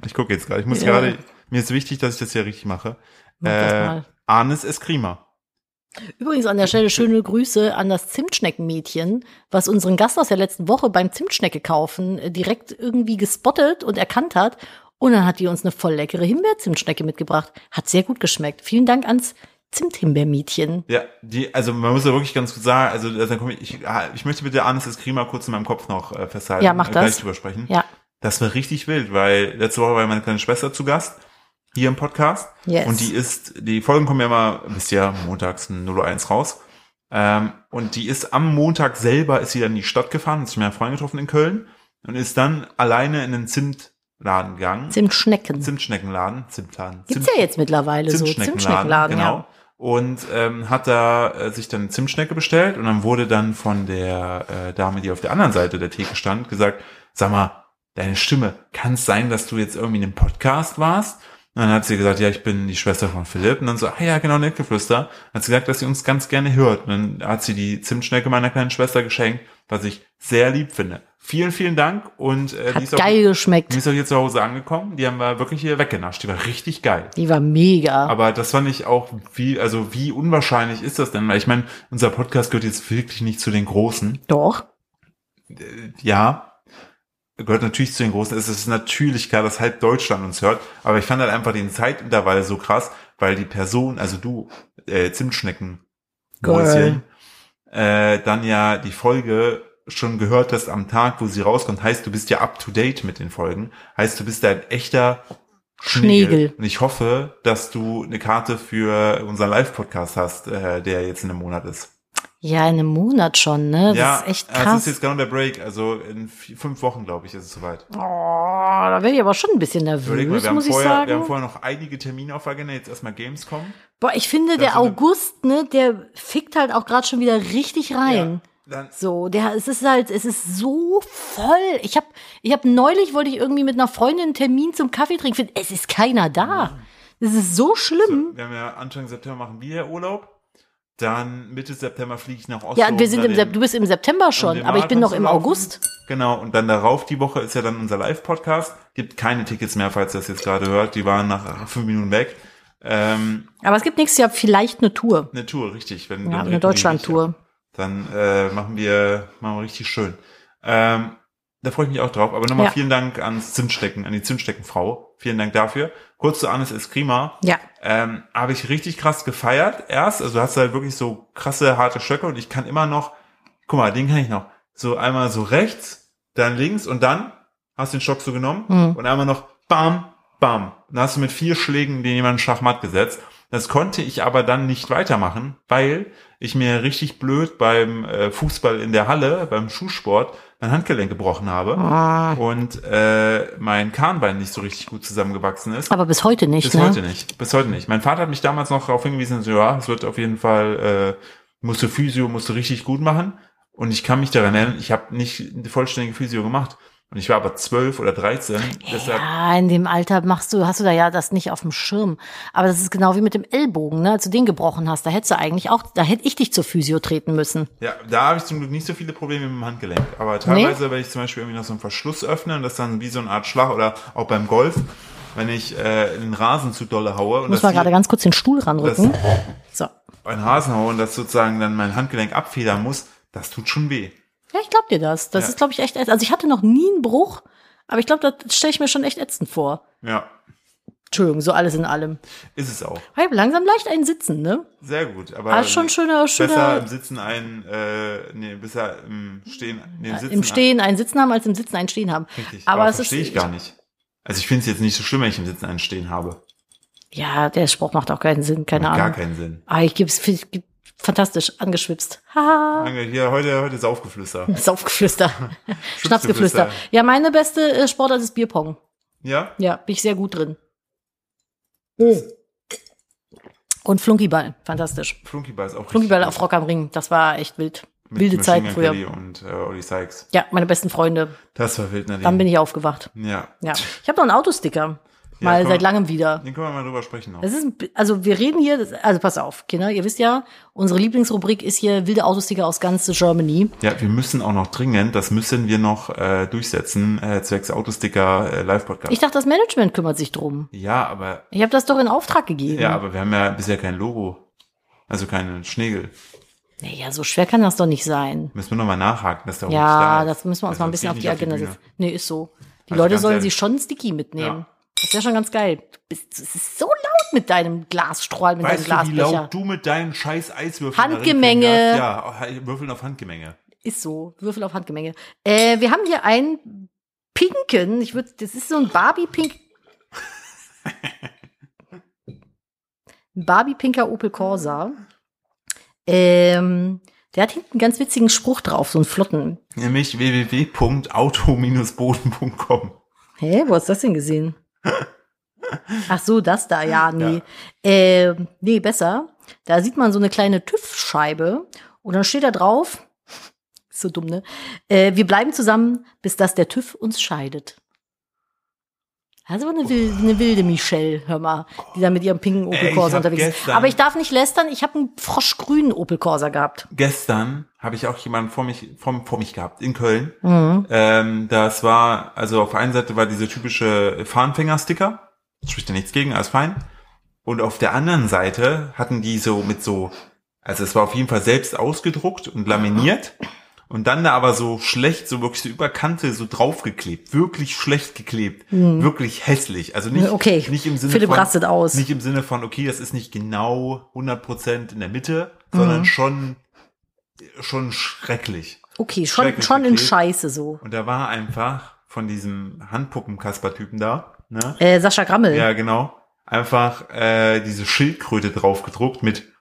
S1: Ich gucke jetzt gerade. Ich muss
S2: Ja.
S1: gerade, mir ist wichtig, dass ich das hier richtig mache.
S2: Mach das
S1: Äh,
S2: mal.
S1: Anis Eskrima.
S2: Übrigens an der Stelle schöne Grüße an das Zimtschneckenmädchen, was unseren Gast aus der letzten Woche beim Zimtschnecke kaufen äh, direkt irgendwie gespottet und erkannt hat. Und dann hat die uns eine voll leckere Himbeerzimtschnecke mitgebracht. Hat sehr gut geschmeckt. Vielen Dank ans Zimthimbeermädchen.
S1: Ja, die, also man muss ja wirklich ganz gut sagen, also also, dann komme ich, ich, ah, ich möchte bitte Anis Eskrima kurz in meinem Kopf noch äh, festhalten.
S2: Ja, mach
S1: äh,
S2: das.
S1: Gleich drüber sprechen.
S2: Ja.
S1: Das war richtig wild, weil letzte Woche war meine kleine Schwester zu Gast, hier im Podcast.
S2: Yes.
S1: Und die ist, die Folgen kommen ja immer, wisst ihr, montags um 0.01 raus. Ähm, und die ist am Montag selber, ist sie dann in die Stadt gefahren, hat sich mit meinem Freund getroffen in Köln und ist dann alleine in einen Zimtladen gegangen.
S2: Zimtschnecken.
S1: Zimtschneckenladen, Zimtladen.
S2: Gibt's ja jetzt mittlerweile so. Zimtschneckenladen,
S1: genau.
S2: ja.
S1: Und ähm, hat da äh, sich dann eine Zimtschnecke bestellt und dann wurde dann von der äh, Dame, die auf der anderen Seite der Theke stand, gesagt, sag mal, deine Stimme, kann es sein, dass du jetzt irgendwie in einem Podcast warst? Und dann hat sie gesagt, ja, ich bin die Schwester von Philipp. Und dann so, ah ja, genau, Nettgeflüster. Hat sie gesagt, dass sie uns ganz gerne hört. Und dann hat sie die Zimtschnecke meiner kleinen Schwester geschenkt, was ich sehr lieb finde. Vielen, vielen Dank. Und äh, die
S2: Hat
S1: ist auch,
S2: geil
S1: die
S2: geschmeckt.
S1: ist auch hier zu Hause angekommen. Die haben wir wirklich hier weggenascht. Die war richtig geil.
S2: Die war mega.
S1: Aber das fand ich auch, wie, also wie unwahrscheinlich ist das denn? Weil ich meine, unser Podcast gehört jetzt wirklich nicht zu den Großen.
S2: Doch.
S1: Ja, gehört natürlich zu den Großen. Es ist natürlich klar, dass halb Deutschland uns hört. Aber ich fand halt einfach den Zeitintervall so krass, weil die Person, also du, äh, Zimtschnecken, Mäuschen, äh, dann ja die Folge schon gehört hast am Tag, wo sie rauskommt, heißt, du bist ja up to date mit den Folgen. Heißt, du bist ein echter Schnegel.
S2: Schnegel.
S1: Und ich hoffe, dass du eine Karte für unseren Live-Podcast hast, äh, der jetzt in einem Monat ist.
S2: Ja, in einem Monat schon, ne? Das ist echt
S1: Das
S2: krass.
S1: ist jetzt genau der Break. Also in vi- fünf Wochen, glaube ich, ist es soweit.
S2: oh, da werde ich aber schon ein bisschen nervös,
S1: Überleg mal, wir haben,
S2: Hm, muss ich
S1: vorher,
S2: sagen.
S1: wir haben vorher noch einige Termine auf der Agenda. Jetzt erstmal Gamescom.
S2: Boah, ich finde, der
S1: so eine-
S2: August, ne, der fickt halt auch gerade schon wieder richtig rein.
S1: Ja, dann,
S2: So, der, es ist halt, es ist so voll. Ich hab, ich hab neulich wollte ich irgendwie mit einer Freundin einen Termin zum Kaffee trinken. Find, Es ist keiner da. Es ist so schlimm.
S1: wir haben ja Anfang September machen wir Urlaub. Dann Mitte September fliege ich nach Oslo.
S2: ja, und wir
S1: um
S2: sind
S1: da
S2: im,
S1: den-
S2: Sep- du bist im September schon,
S1: den
S2: aber ich
S1: Marathon
S2: bin noch
S1: zu
S2: im
S1: laufen.
S2: August.
S1: Genau, und dann darauf die Woche ist ja dann unser Live-Podcast. Gibt keine Tickets mehr, falls ihr das jetzt gerade hört. Die waren nach fünf Minuten weg. Ähm,
S2: Aber es gibt nächstes Jahr vielleicht eine Tour.
S1: eine Tour, richtig. Wenn,
S2: Ja,
S1: wenn
S2: eine
S1: Deutschland
S2: Deutschland-Tour.
S1: Dann äh, machen wir machen wir richtig schön. Ähm, Da freue ich mich auch drauf. Aber nochmal
S2: Ja.
S1: vielen Dank ans Zimtstecken, an die Zimtsteckenfrau. Vielen Dank dafür. Kurz zu Annes Eskrima.
S2: Ja.
S1: Ähm, Habe ich richtig krass gefeiert erst. Also hast du halt wirklich so krasse, harte Stöcke und ich kann immer noch, guck mal, den kann ich noch. So einmal so rechts, dann links und dann hast du den Stock so genommen
S2: Mhm.
S1: und einmal noch bam, bam. Dann hast du mit vier Schlägen den jemanden Schachmatt gesetzt. Das konnte ich aber dann nicht weitermachen, weil ich mir richtig blöd beim äh, Fußball in der Halle, beim Schuhsport, mein Handgelenk gebrochen habe
S2: Ah.
S1: und äh, mein Kahnbein nicht so richtig gut zusammengewachsen ist.
S2: Aber bis heute nicht,
S1: Bis
S2: ne?
S1: heute nicht. Bis heute nicht. Mein Vater hat mich damals noch darauf hingewiesen, so, ja, es wird auf jeden Fall, äh, musst du Physio, musst du richtig gut machen. Und ich kann mich daran erinnern, ich habe nicht die vollständige Physio gemacht. Und ich war aber zwölf oder dreizehn. Deshalb,
S2: Ja, in dem Alter machst du, hast du da ja das nicht auf dem Schirm. Aber das ist genau wie mit dem Ellbogen, ne? Als du den gebrochen hast, da hättest du eigentlich auch, da hätte ich dich zur Physio treten müssen.
S1: ja, da habe ich zum Glück nicht so viele Probleme mit dem Handgelenk. Aber teilweise, wenn ich zum Beispiel irgendwie noch so einen Verschluss öffne und das dann wie so eine Art Schlag oder auch beim Golf, wenn ich äh, den Rasen zu dolle haue und
S2: Muss
S1: das
S2: mal gerade
S1: hier-
S2: ganz kurz den Stuhl ranrücken. So.
S1: einen Hasen haue und das sozusagen dann mein Handgelenk abfedern muss, das tut schon weh.
S2: Ja, ich glaub dir das. Das
S1: Ja.
S2: ist, glaube ich, echt ätzend. Also ich hatte noch nie einen Bruch, aber ich glaube, das stelle ich mir schon echt ätzend vor.
S1: Ja,
S2: Entschuldigung, so alles in allem.
S1: ist es auch.
S2: Ich hab langsam leicht ein Sitzen, ne?
S1: Sehr gut. Aber
S2: Ah, schon schöner,
S1: besser im
S2: schöner.
S1: Sitzen ein, äh, nee, besser im Stehen, nee, im Sitzen.
S2: Im Stehen ein Sitzen haben, als im Sitzen ein Stehen haben.
S1: Ein, richtig.
S2: Aber
S1: Aber,
S2: es ist-
S1: verstehe ich gar nicht. Also ich finde es jetzt nicht so schlimm, wenn ich im Sitzen einen Stehen habe.
S2: Ja, der Spruch macht auch keinen Sinn, keine
S1: Macht
S2: Ahnung.
S1: Gar keinen Sinn.
S2: Ah, ich gebe es fantastisch angeschwipst. Haha.
S1: Danke, hier, heute, heute ist aufgeflüster.
S2: Saufgeflüster. Schnapsgeflüster. Ja, meine beste äh, Sportart ist Bierpong.
S1: Ja?
S2: Ja, bin ich sehr gut drin. Oh. Und Flunkyball, fantastisch.
S1: Flunkyball ist auch richtig.
S2: Flunkyball
S1: gut.
S2: auf Rock am Ring, das war echt wild.
S1: Mit
S2: Wilde
S1: Machine
S2: Zeiten
S1: Gun
S2: früher.
S1: Kelly Und äh, Olli Sykes.
S2: Ja, meine besten Freunde.
S1: Das war wild, Nadine.
S2: Dann bin ich aufgewacht.
S1: ja.
S2: Ja. Ich habe noch einen Autosticker.
S1: Ja,
S2: Mal
S1: komm.
S2: seit langem wieder.
S1: Den können wir mal drüber sprechen noch.
S2: Das ist, ein bi- also wir reden hier, das- also pass auf, Kinder, ihr wisst ja, unsere Lieblingsrubrik ist hier wilde Autosticker aus ganz Germany.
S1: Ja, wir müssen auch noch dringend, das müssen wir noch äh, durchsetzen, äh, zwecks Autosticker äh, Live-Podcast.
S2: Ich dachte, das Management kümmert sich drum.
S1: Ja, aber
S2: Ich habe das doch in Auftrag gegeben.
S1: ja, aber wir haben ja bisher kein Logo. Also keinen Schnegel.
S2: Naja, so schwer kann das doch nicht sein.
S1: Müssen wir nochmal nachhaken, dass da ruhig da
S2: Ja,
S1: ist.
S2: das müssen wir uns
S1: Das
S2: mal ein
S1: wird
S2: bisschen auf die
S1: nicht
S2: Agenda
S1: Bühne.
S2: setzen. Nee, ist so. Die
S1: Also
S2: Leute
S1: ganz
S2: sollen
S1: ehrlich.
S2: sie schon sticky mitnehmen.
S1: Ja.
S2: Das wäre schon ganz geil. Du bist- Es ist so laut mit deinem Glasstrahl, mit
S1: Weißt du,
S2: deinem
S1: wie
S2: Glasbecher.
S1: laut du mit deinen scheiß Eiswürfeln
S2: Handgemenge.
S1: darin findest? Ja, Würfeln auf Handgemenge.
S2: Ist so. Würfel auf Handgemenge. Äh, wir haben hier einen pinken. Ich würde, das ist so ein Barbie-Pink. ein Barbie-pinker Opel Corsa. Ähm, der hat hinten einen ganz witzigen Spruch drauf, so einen flotten.
S1: Nämlich www.auto-boden.com.
S2: Hä, wo hast du das denn gesehen? Ach so, das da, ja, nee. Ähm, nee, besser. Da sieht man so eine kleine TÜV-Scheibe und dann steht da drauf, ist so dumm, ne? Äh, wir bleiben zusammen, bis dass der TÜV uns scheidet. Das ist aber eine, wilde, eine wilde Michelle, hör mal, die da mit ihrem pinken
S1: Oh. Ey,
S2: Opel
S1: ich
S2: Corsa
S1: hab
S2: unterwegs ist.
S1: gestern-
S2: Aber ich darf nicht lästern, ich habe einen froschgrünen Opel Corsa gehabt.
S1: Gestern habe ich auch jemanden vor mich, vor, vor mich gehabt in Köln.
S2: Mhm.
S1: Ähm, das war, also auf der einen Seite war diese typische Fahnenfänger-Sticker, spricht ja nichts gegen, alles fein. Und auf der anderen Seite hatten die so mit so, also es war auf jeden Fall selbst ausgedruckt und laminiert. Und dann da aber so schlecht, so wirklich so über Kante so draufgeklebt, wirklich schlecht geklebt, wirklich hässlich. Also nicht,
S2: Mhm. Okay,
S1: nicht im Sinne
S2: Philipp
S1: von,
S2: rastet aus.
S1: nicht im Sinne von, okay, das ist nicht genau 100% in der Mitte,
S2: Mhm.
S1: sondern schon, schon schrecklich.
S2: Okay, schon,
S1: Schrecklich
S2: schon in
S1: geklebt.
S2: Scheiße so.
S1: Und da war einfach von diesem Handpuppen-Kasper-Typen da, ne?
S2: Äh, Sascha Grammel.
S1: Ja, genau. Einfach äh, diese Schildkröte draufgedruckt mit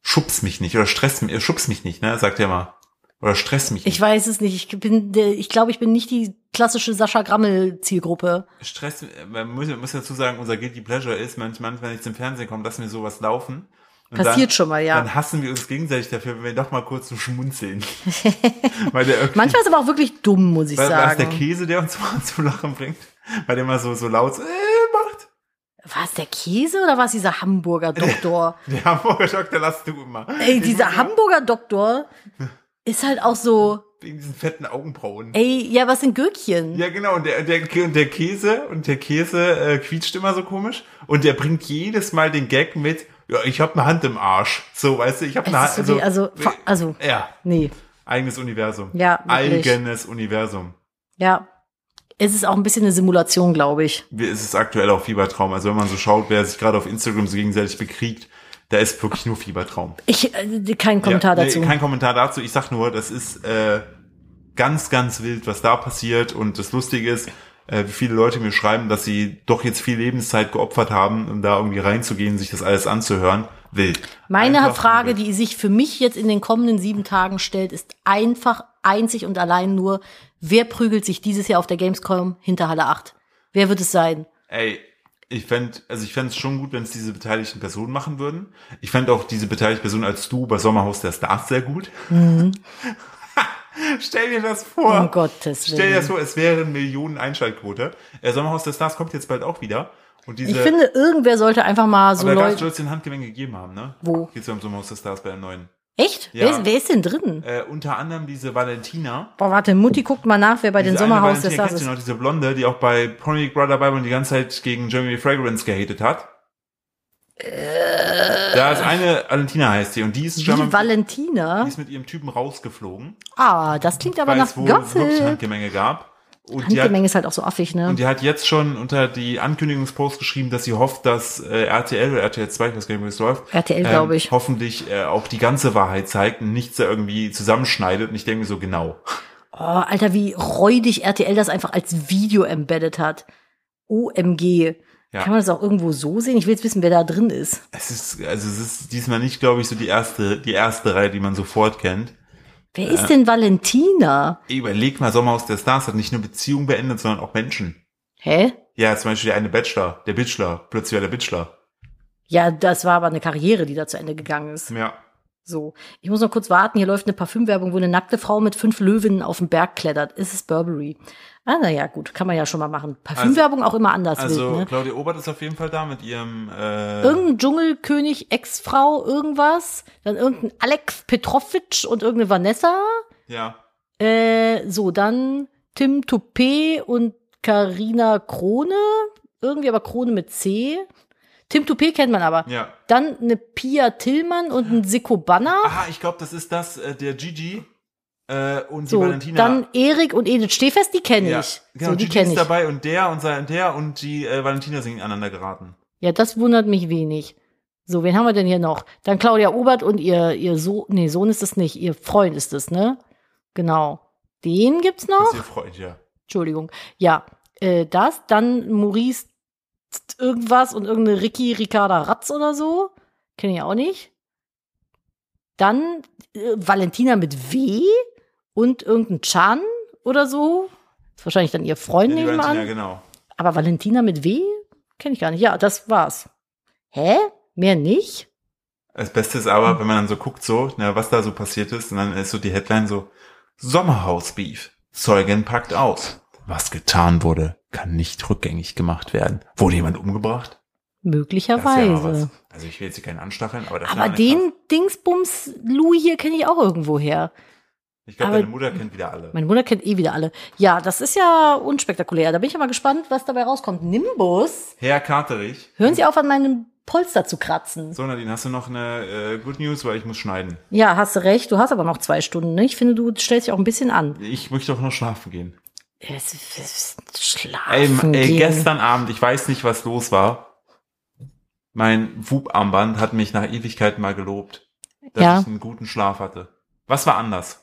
S1: Schubs mich nicht oder stress mich, äh, schubs mich nicht, ne? Sagt er mal. Oder stress mich
S2: Ich
S1: nicht.
S2: weiß es nicht. Ich bin, der- ich glaube, ich bin nicht die klassische Sascha Grammel Zielgruppe.
S1: Stress, äh, man muss, man muss dazu sagen, unser Guilty Pleasure ist, manchmal, wenn ich zum Fernsehen komme, lassen wir sowas laufen. Und
S2: Passiert
S1: dann,
S2: schon mal, ja.
S1: Dann hassen wir uns gegenseitig dafür, wenn wir doch mal kurz so schmunzeln. Weil der irgendwie-
S2: Manchmal ist aber auch wirklich dumm, muss ich
S1: war, war es der
S2: sagen.
S1: Käse, der uns mal zum Lachen bringt? Weil der mal so, so laut so, äh, macht.
S2: War es der Käse oder war es dieser Hamburger Doktor?
S1: Der Hamburger Doktor lasst du immer.
S2: ey,
S1: Ich
S2: dieser
S1: muss
S2: Hamburger Doktor ist halt auch so,
S1: immer Wegen diesen fetten Augenbrauen.
S2: ey, ja, was sind Gürkchen?
S1: Ja, genau, und der, und der, und der Käse, und der Käse äh, quietscht immer so komisch. Und der bringt jedes Mal den Gag mit, ja, ich hab eine Hand im Arsch. So, weißt du, ich hab
S2: Es
S1: eine Hand.
S2: ist
S1: äh,
S2: wirklich- also, ver- also,
S1: ja,
S2: nee.
S1: eigenes Universum.
S2: Ja, wirklich.
S1: Eigenes Universum.
S2: Ja. Es ist auch ein bisschen eine Simulation, glaube ich.
S1: Wie- Es ist aktuell auch Fiebertraum. Also wenn man so schaut, wer sich gerade auf Instagram so gegenseitig bekriegt, da ist wirklich nur Fiebertraum.
S2: Ich äh, kein Kommentar
S1: Ja, nee,
S2: dazu.
S1: Kein Kommentar dazu. Ich sag nur, das ist äh, ganz, ganz wild, was da passiert. Und das Lustige ist, äh, wie viele Leute mir schreiben, dass sie doch jetzt viel Lebenszeit geopfert haben, um da irgendwie reinzugehen, sich das alles anzuhören. Wild.
S2: Meine
S1: Einfach
S2: Frage,
S1: wild.
S2: die sich für mich jetzt in den kommenden sieben Tagen stellt, ist einfach einzig und allein nur, wer prügelt sich dieses Jahr auf der Gamescom hinter Halle 8? Wer wird es sein?
S1: Ey, ich fänd, also ich fänd's schon gut, wenn es diese beteiligten Personen machen würden. Ich fänd auch diese beteiligten Personen als du bei Sommerhaus der Stars sehr gut. Stell dir das vor.
S2: Mhm. Um Gottes
S1: Oh, Stell dir das vor,
S2: Willen.
S1: es wäre eine Millionen Einschaltquote. Äh, Sommerhaus der Stars kommt jetzt bald auch wieder. Und diese,
S2: Ich finde, irgendwer sollte einfach mal so
S1: aber da darfst du
S2: Leute.
S1: jetzt den Handgemenge gegeben haben, ne?
S2: Wo?
S1: Geht's ja um Sommerhaus der Stars bei der neuen.
S2: Echt?
S1: Ja.
S2: Wer, ist, wer ist denn drin?
S1: Äh, unter anderem diese Valentina.
S2: Boah, warte, Mutti guckt mal nach, wer bei den
S1: Diese eine
S2: Sommerhaus der
S1: Valentina
S2: Stars
S1: kennst du
S2: ist.
S1: noch, diese Blonde, die auch bei Pony Brother dabei war und die ganze Zeit gegen Jeremy Fragrance gehatet hat. Da ist eine, Valentina heißt sie, und die ist
S2: Äh. Die
S1: scheinbar- die
S2: Valentina.
S1: ist mit ihrem Typen rausgeflogen,
S2: Ah, das klingt aber
S1: weil
S2: nach
S1: es wohl wirklich
S2: Gossip.
S1: Handgemenge gab. Und die, hat,
S2: Handgemenge ist halt auch so affig, ne?
S1: und die hat jetzt schon unter die Ankündigungspost geschrieben, dass sie hofft, dass äh, RTL oder RTL 2, ich weiß gar nicht, wie es läuft,
S2: RTL, glaube ich.
S1: hoffentlich äh, auch die ganze Wahrheit zeigt und nichts da irgendwie zusammenschneidet. Und ich denke mir so, genau.
S2: Oh, Alter, wie räudig RTL das einfach als Video embedded hat. OMG.
S1: Ja.
S2: Kann man das auch irgendwo so sehen? Ich will jetzt wissen, wer da drin ist.
S1: Es ist, also es ist diesmal nicht, glaube ich, so die erste, die erste Reihe, die man sofort kennt.
S2: Wer
S1: Äh.
S2: ist denn Valentina?
S1: Ey, Überleg mal, Sommerhaus der Stars hat nicht nur Beziehungen beendet, sondern auch Menschen.
S2: Hä?
S1: Ja, zum Beispiel der eine Bachelor, der Bachelor, plötzlich war der Bachelor.
S2: Ja, das war aber eine Karriere, die da zu Ende gegangen ist.
S1: Ja.
S2: So. Ich muss noch kurz warten. Hier läuft eine Parfümwerbung, wo eine nackte Frau mit fünf Löwinnen auf den Berg klettert. Ist es Burberry? Ah, naja, gut. Kann man ja schon mal machen. Parfümwerbung auch immer anders
S1: Also
S2: wild, ne?
S1: Claudia Obert ist auf jeden Fall da mit ihrem äh,
S2: Irgendein Dschungelkönig, Ex-Frau, irgendwas. Dann irgendein Alex Petrovic und irgendeine Vanessa.
S1: ja.
S2: Äh, so, dann Tim Toupé und Karina Krone. Irgendwie aber Krone mit C. Tim Toupé kennt man aber.
S1: Ja.
S2: Dann eine Pia Tillmann und ein Siko Banner.
S1: Ah, ich glaube, das ist das, äh, der Gigi äh, und
S2: so,
S1: die Valentina.
S2: dann Erik und Edith Stehfest, die kenne
S1: ja.
S2: ich.
S1: Genau,
S2: so, die
S1: Gigi
S2: kenne
S1: ist
S2: ich.
S1: dabei und der und sein, der und die äh, Valentina sind ineinander geraten.
S2: Ja, das wundert mich wenig. So, wen haben wir denn hier noch? Dann Claudia Obert und ihr, ihr Sohn, nee, Sohn ist es nicht, ihr Freund ist es, ne? Genau. Den gibt's noch?
S1: Das ist ihr Freund, ja.
S2: Entschuldigung. Ja, äh, das, dann Maurice t- irgendwas und irgendeine Ricky Ricarda Ratz oder so. Kenne ich auch nicht. Dann äh, Valentina mit W und irgendein Chan oder so. Ist wahrscheinlich dann ihr Freund,
S1: ja die
S2: nehme ich mal
S1: Valentina,
S2: an.
S1: genau.
S2: Aber Valentina mit W? Kenne ich gar nicht. Ja, das war's. Hä? Mehr nicht?
S1: Das Beste ist
S2: Mhm.
S1: aber, wenn man dann so guckt, so, na, was da so passiert ist, und dann ist so die Headline so, Sommerhausbeef. Zeugin packt aus. Was getan wurde, kann nicht rückgängig gemacht werden. Wurde jemand umgebracht? mal
S2: Möglicherweise.
S1: Also ich will jetzt hier keinen anstacheln, aber das ist
S2: aber
S1: ja eine
S2: den Dingsbums Louis hier kenne ich auch irgendwo her.
S1: Kraft. Ich glaube,
S2: aber-
S1: deine Mutter kennt wieder alle.
S2: Meine Mutter kennt eh wieder alle. Ja, das ist ja unspektakulär. Da bin ich ja mal gespannt, was dabei rauskommt. Nimbus,
S1: Herr Katerich.
S2: hören Sie auf, an meinem Polster zu kratzen.
S1: So, Nadine, hast du noch eine äh, Good News, weil ich muss schneiden.
S2: Ja, hast du recht. Du hast aber noch zwei Stunden. Ne? Ich finde, du stellst dich auch ein bisschen an.
S1: Ich möchte auch noch schlafen gehen.
S2: Es- es- es-
S1: Ey,
S2: Schlafen
S1: Ähm, ey,
S2: gehen.
S1: gestern Abend, ich weiß nicht, was los war. Mein Wub-Armband hat mich nach Ewigkeiten mal gelobt, dass
S2: Ja.
S1: ich einen guten Schlaf hatte. Was war anders?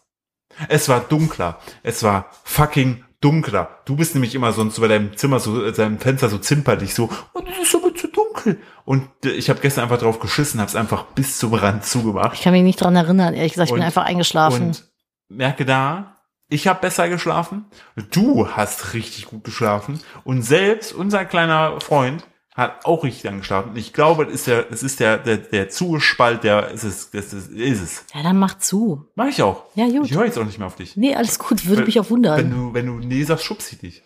S1: Es war dunkler. Es war fucking dunkler. Du bist nämlich immer sonst so bei deinem Zimmer, so äh, deinem Fenster so zimperlich, so, und es ist aber zu dunkel. Und äh, ich habe gestern einfach drauf geschissen, hab's einfach bis zum Rand zugemacht.
S2: Ich kann mich nicht dran erinnern, ehrlich gesagt. Ich bin
S1: Und-
S2: einfach eingeschlafen.
S1: Und merke da, ich habe besser geschlafen, du hast richtig gut geschlafen und selbst unser kleiner Freund hat auch richtig lang geschlafen. Und Ich glaube, es ist der, es ist der, der, der Zugespalt, der ist es, das ist, ist es.
S2: ja, dann mach zu.
S1: Mach ich auch.
S2: Ja, gut.
S1: Ich höre jetzt auch nicht mehr auf dich.
S2: Nee, alles gut. Würde
S1: Wenn-
S2: mich auch
S1: Wenn
S2: wundern.
S1: du, wenn du nee sagst, schubse ich dich.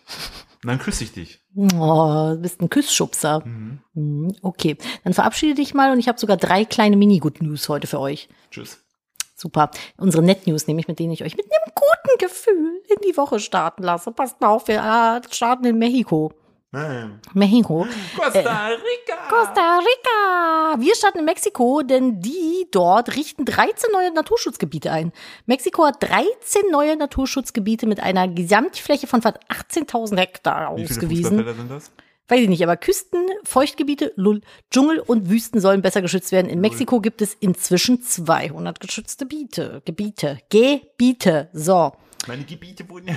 S1: Und dann küsse ich dich.
S2: Oh, du bist ein Küssschubser.
S1: Mhm.
S2: Hm, Okay, dann verabschiede dich mal und ich habe sogar drei kleine Mini-Good-News heute für euch.
S1: Tschüss.
S2: Super. Unsere Net News nämlich, mit denen ich euch mit einem guten Gefühl in die Woche starten lasse. Passt mal auf, wir äh, starten in Mexiko.
S1: Nein.
S2: Mexiko.
S1: Ah. Costa Rica.
S2: Äh, Costa Rica! Wir starten in Mexiko, denn die dort richten 13 neue Naturschutzgebiete ein. Mexiko hat 13 neue Naturschutzgebiete mit einer Gesamtfläche von fast 18.000 Hektar
S1: Wie viele
S2: ausgewiesen.
S1: Fußballfelder sind das?
S2: Weiß ich nicht, aber Küsten, Feuchtgebiete, Lull, Dschungel und Wüsten sollen besser geschützt werden. In Mexiko gibt es inzwischen 200 geschützte Biete, Gebiete. Gebiete. So.
S1: Meine Gebiete wurden ja.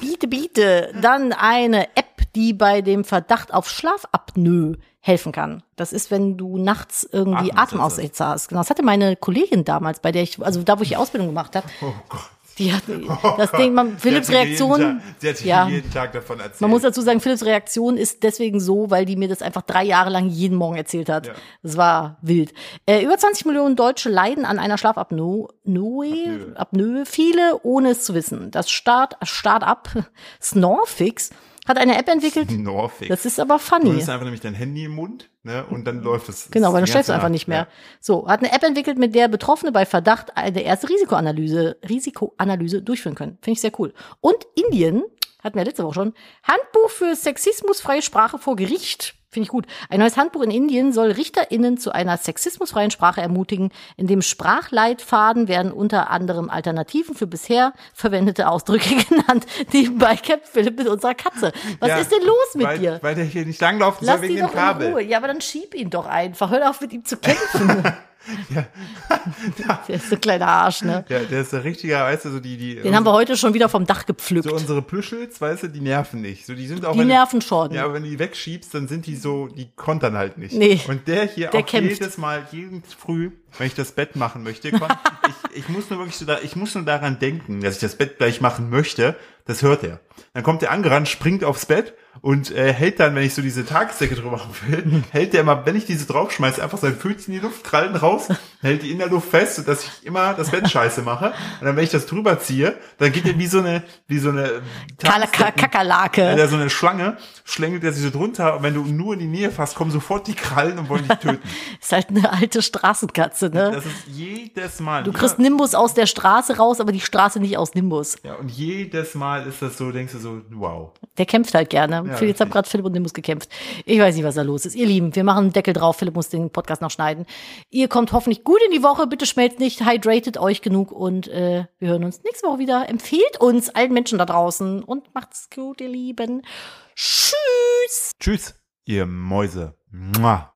S2: Biete, biete. Dann eine App, die bei dem Verdacht auf Schlafapnoe helfen kann. Das ist, wenn du nachts irgendwie
S1: Atemaussetzer.
S2: Atemaussetzer hast. Genau, das hatte meine Kollegin damals, bei der ich, also da, wo ich die Ausbildung gemacht habe.
S1: Oh Gott.
S2: Die hat, das Ding, man, Philipps
S1: Der hat jeden
S2: Reaktion,
S1: Tag- Der hat
S2: ja.
S1: jeden Tag davon erzählt.
S2: man muss dazu sagen, Philipps Reaktion ist deswegen so, weil die mir das einfach drei Jahre lang jeden Morgen erzählt hat.
S1: Ja.
S2: Es war wild. Äh, über 20 Millionen Deutsche leiden an einer Schlafapnoe, Noe, Apnoe, viele ohne es zu wissen. Das Start, Start-up Snorfix hat eine App entwickelt.
S1: Norfolk.
S2: Das ist aber
S1: Du
S2: funny.
S1: hast einfach nämlich dein Handy im Mund, ne? Und dann läuft es.
S2: Genau, weil du
S1: die ganze
S2: schläfst einfach
S1: Nacht,
S2: nicht mehr. So, hat eine App entwickelt, mit der Betroffene bei Verdacht eine erste Risikoanalyse, Risikoanalyse durchführen können. Finde ich sehr cool. Und Indien, hatten wir letzte Woche schon, Handbuch für sexismusfreie Sprache vor Gericht. Finde ich gut. Ein neues Handbuch in Indien soll RichterInnen zu einer sexismusfreien Sprache ermutigen. In dem Sprachleitfaden werden unter anderem Alternativen für bisher verwendete Ausdrücke genannt. Nebenbei kämpft Philipp mit unserer Katze. Was
S1: Ja,
S2: ist denn los mit
S1: weil,
S2: dir?
S1: Weil der hier nicht langlaufen
S2: Lass
S1: soll
S2: ihn
S1: wegen
S2: doch
S1: dem Kabel.
S2: in Ruhe. Ja, aber dann schieb ihn doch einfach. Hör auf, mit ihm zu kämpfen. Der ist so ein kleiner Arsch, ne?
S1: Ja, der ist der richtige, weißt du, so die, die,
S2: Den haben wir heute schon wieder vom Dach gepflückt.
S1: so unsere Plüschels, weißt du, die nerven nicht. So, die sind auch,
S2: Die
S1: wenn,
S2: nerven schon.
S1: ja, aber wenn du die wegschiebst, dann sind die so, die kontern halt nicht.
S2: Nee.
S1: Und der hier
S2: Der
S1: auch
S2: kämpft.
S1: jedes Mal, jeden Früh, wenn ich das Bett machen möchte, kon- ich, ich muss nur wirklich so da, ich muss nur daran denken, dass ich das Bett gleich machen möchte, das hört er. Dann kommt der angerannt, springt aufs Bett und äh, hält dann, wenn ich so diese Tagesdecke drüber machen will, hält der immer, wenn ich diese draufschmeiße, einfach sein Pfötchen in die Luft, krallen raus, hält die in der Luft fest, sodass ich immer das Bett scheiße mache. Und dann, wenn ich das drüber ziehe, dann geht er wie so eine, wie so eine
S2: Kala- Ka-
S1: wenn
S2: Kakerlake.
S1: da so eine Schlange schlängelt er sich so drunter und wenn du nur in die Nähe fasst, kommen sofort die Krallen und wollen dich töten.
S2: Ist halt eine alte Straßenkatze, ne?
S1: Das ist jedes Mal.
S2: Du kriegst Nimbus aus der Straße raus, aber die Straße nicht aus Nimbus.
S1: ja, und jedes Mal ist das so, denkst du so, wow.
S2: Der kämpft halt gerne.
S1: Ja,
S2: Phil- Jetzt haben
S1: richtig.
S2: gerade Philipp und Nimbus gekämpft. Ich weiß nicht, was da los ist. Ihr Lieben, wir machen einen Deckel drauf. Philipp muss den Podcast noch schneiden. Ihr kommt hoffentlich gut in die Woche. Bitte schmelzt nicht, hydratet euch genug und äh, wir hören uns nächste Woche wieder. Empfehlt uns allen Menschen da draußen und macht's gut, ihr Lieben. Tschüss.
S1: Tschüss, ihr Mäuse. Mua.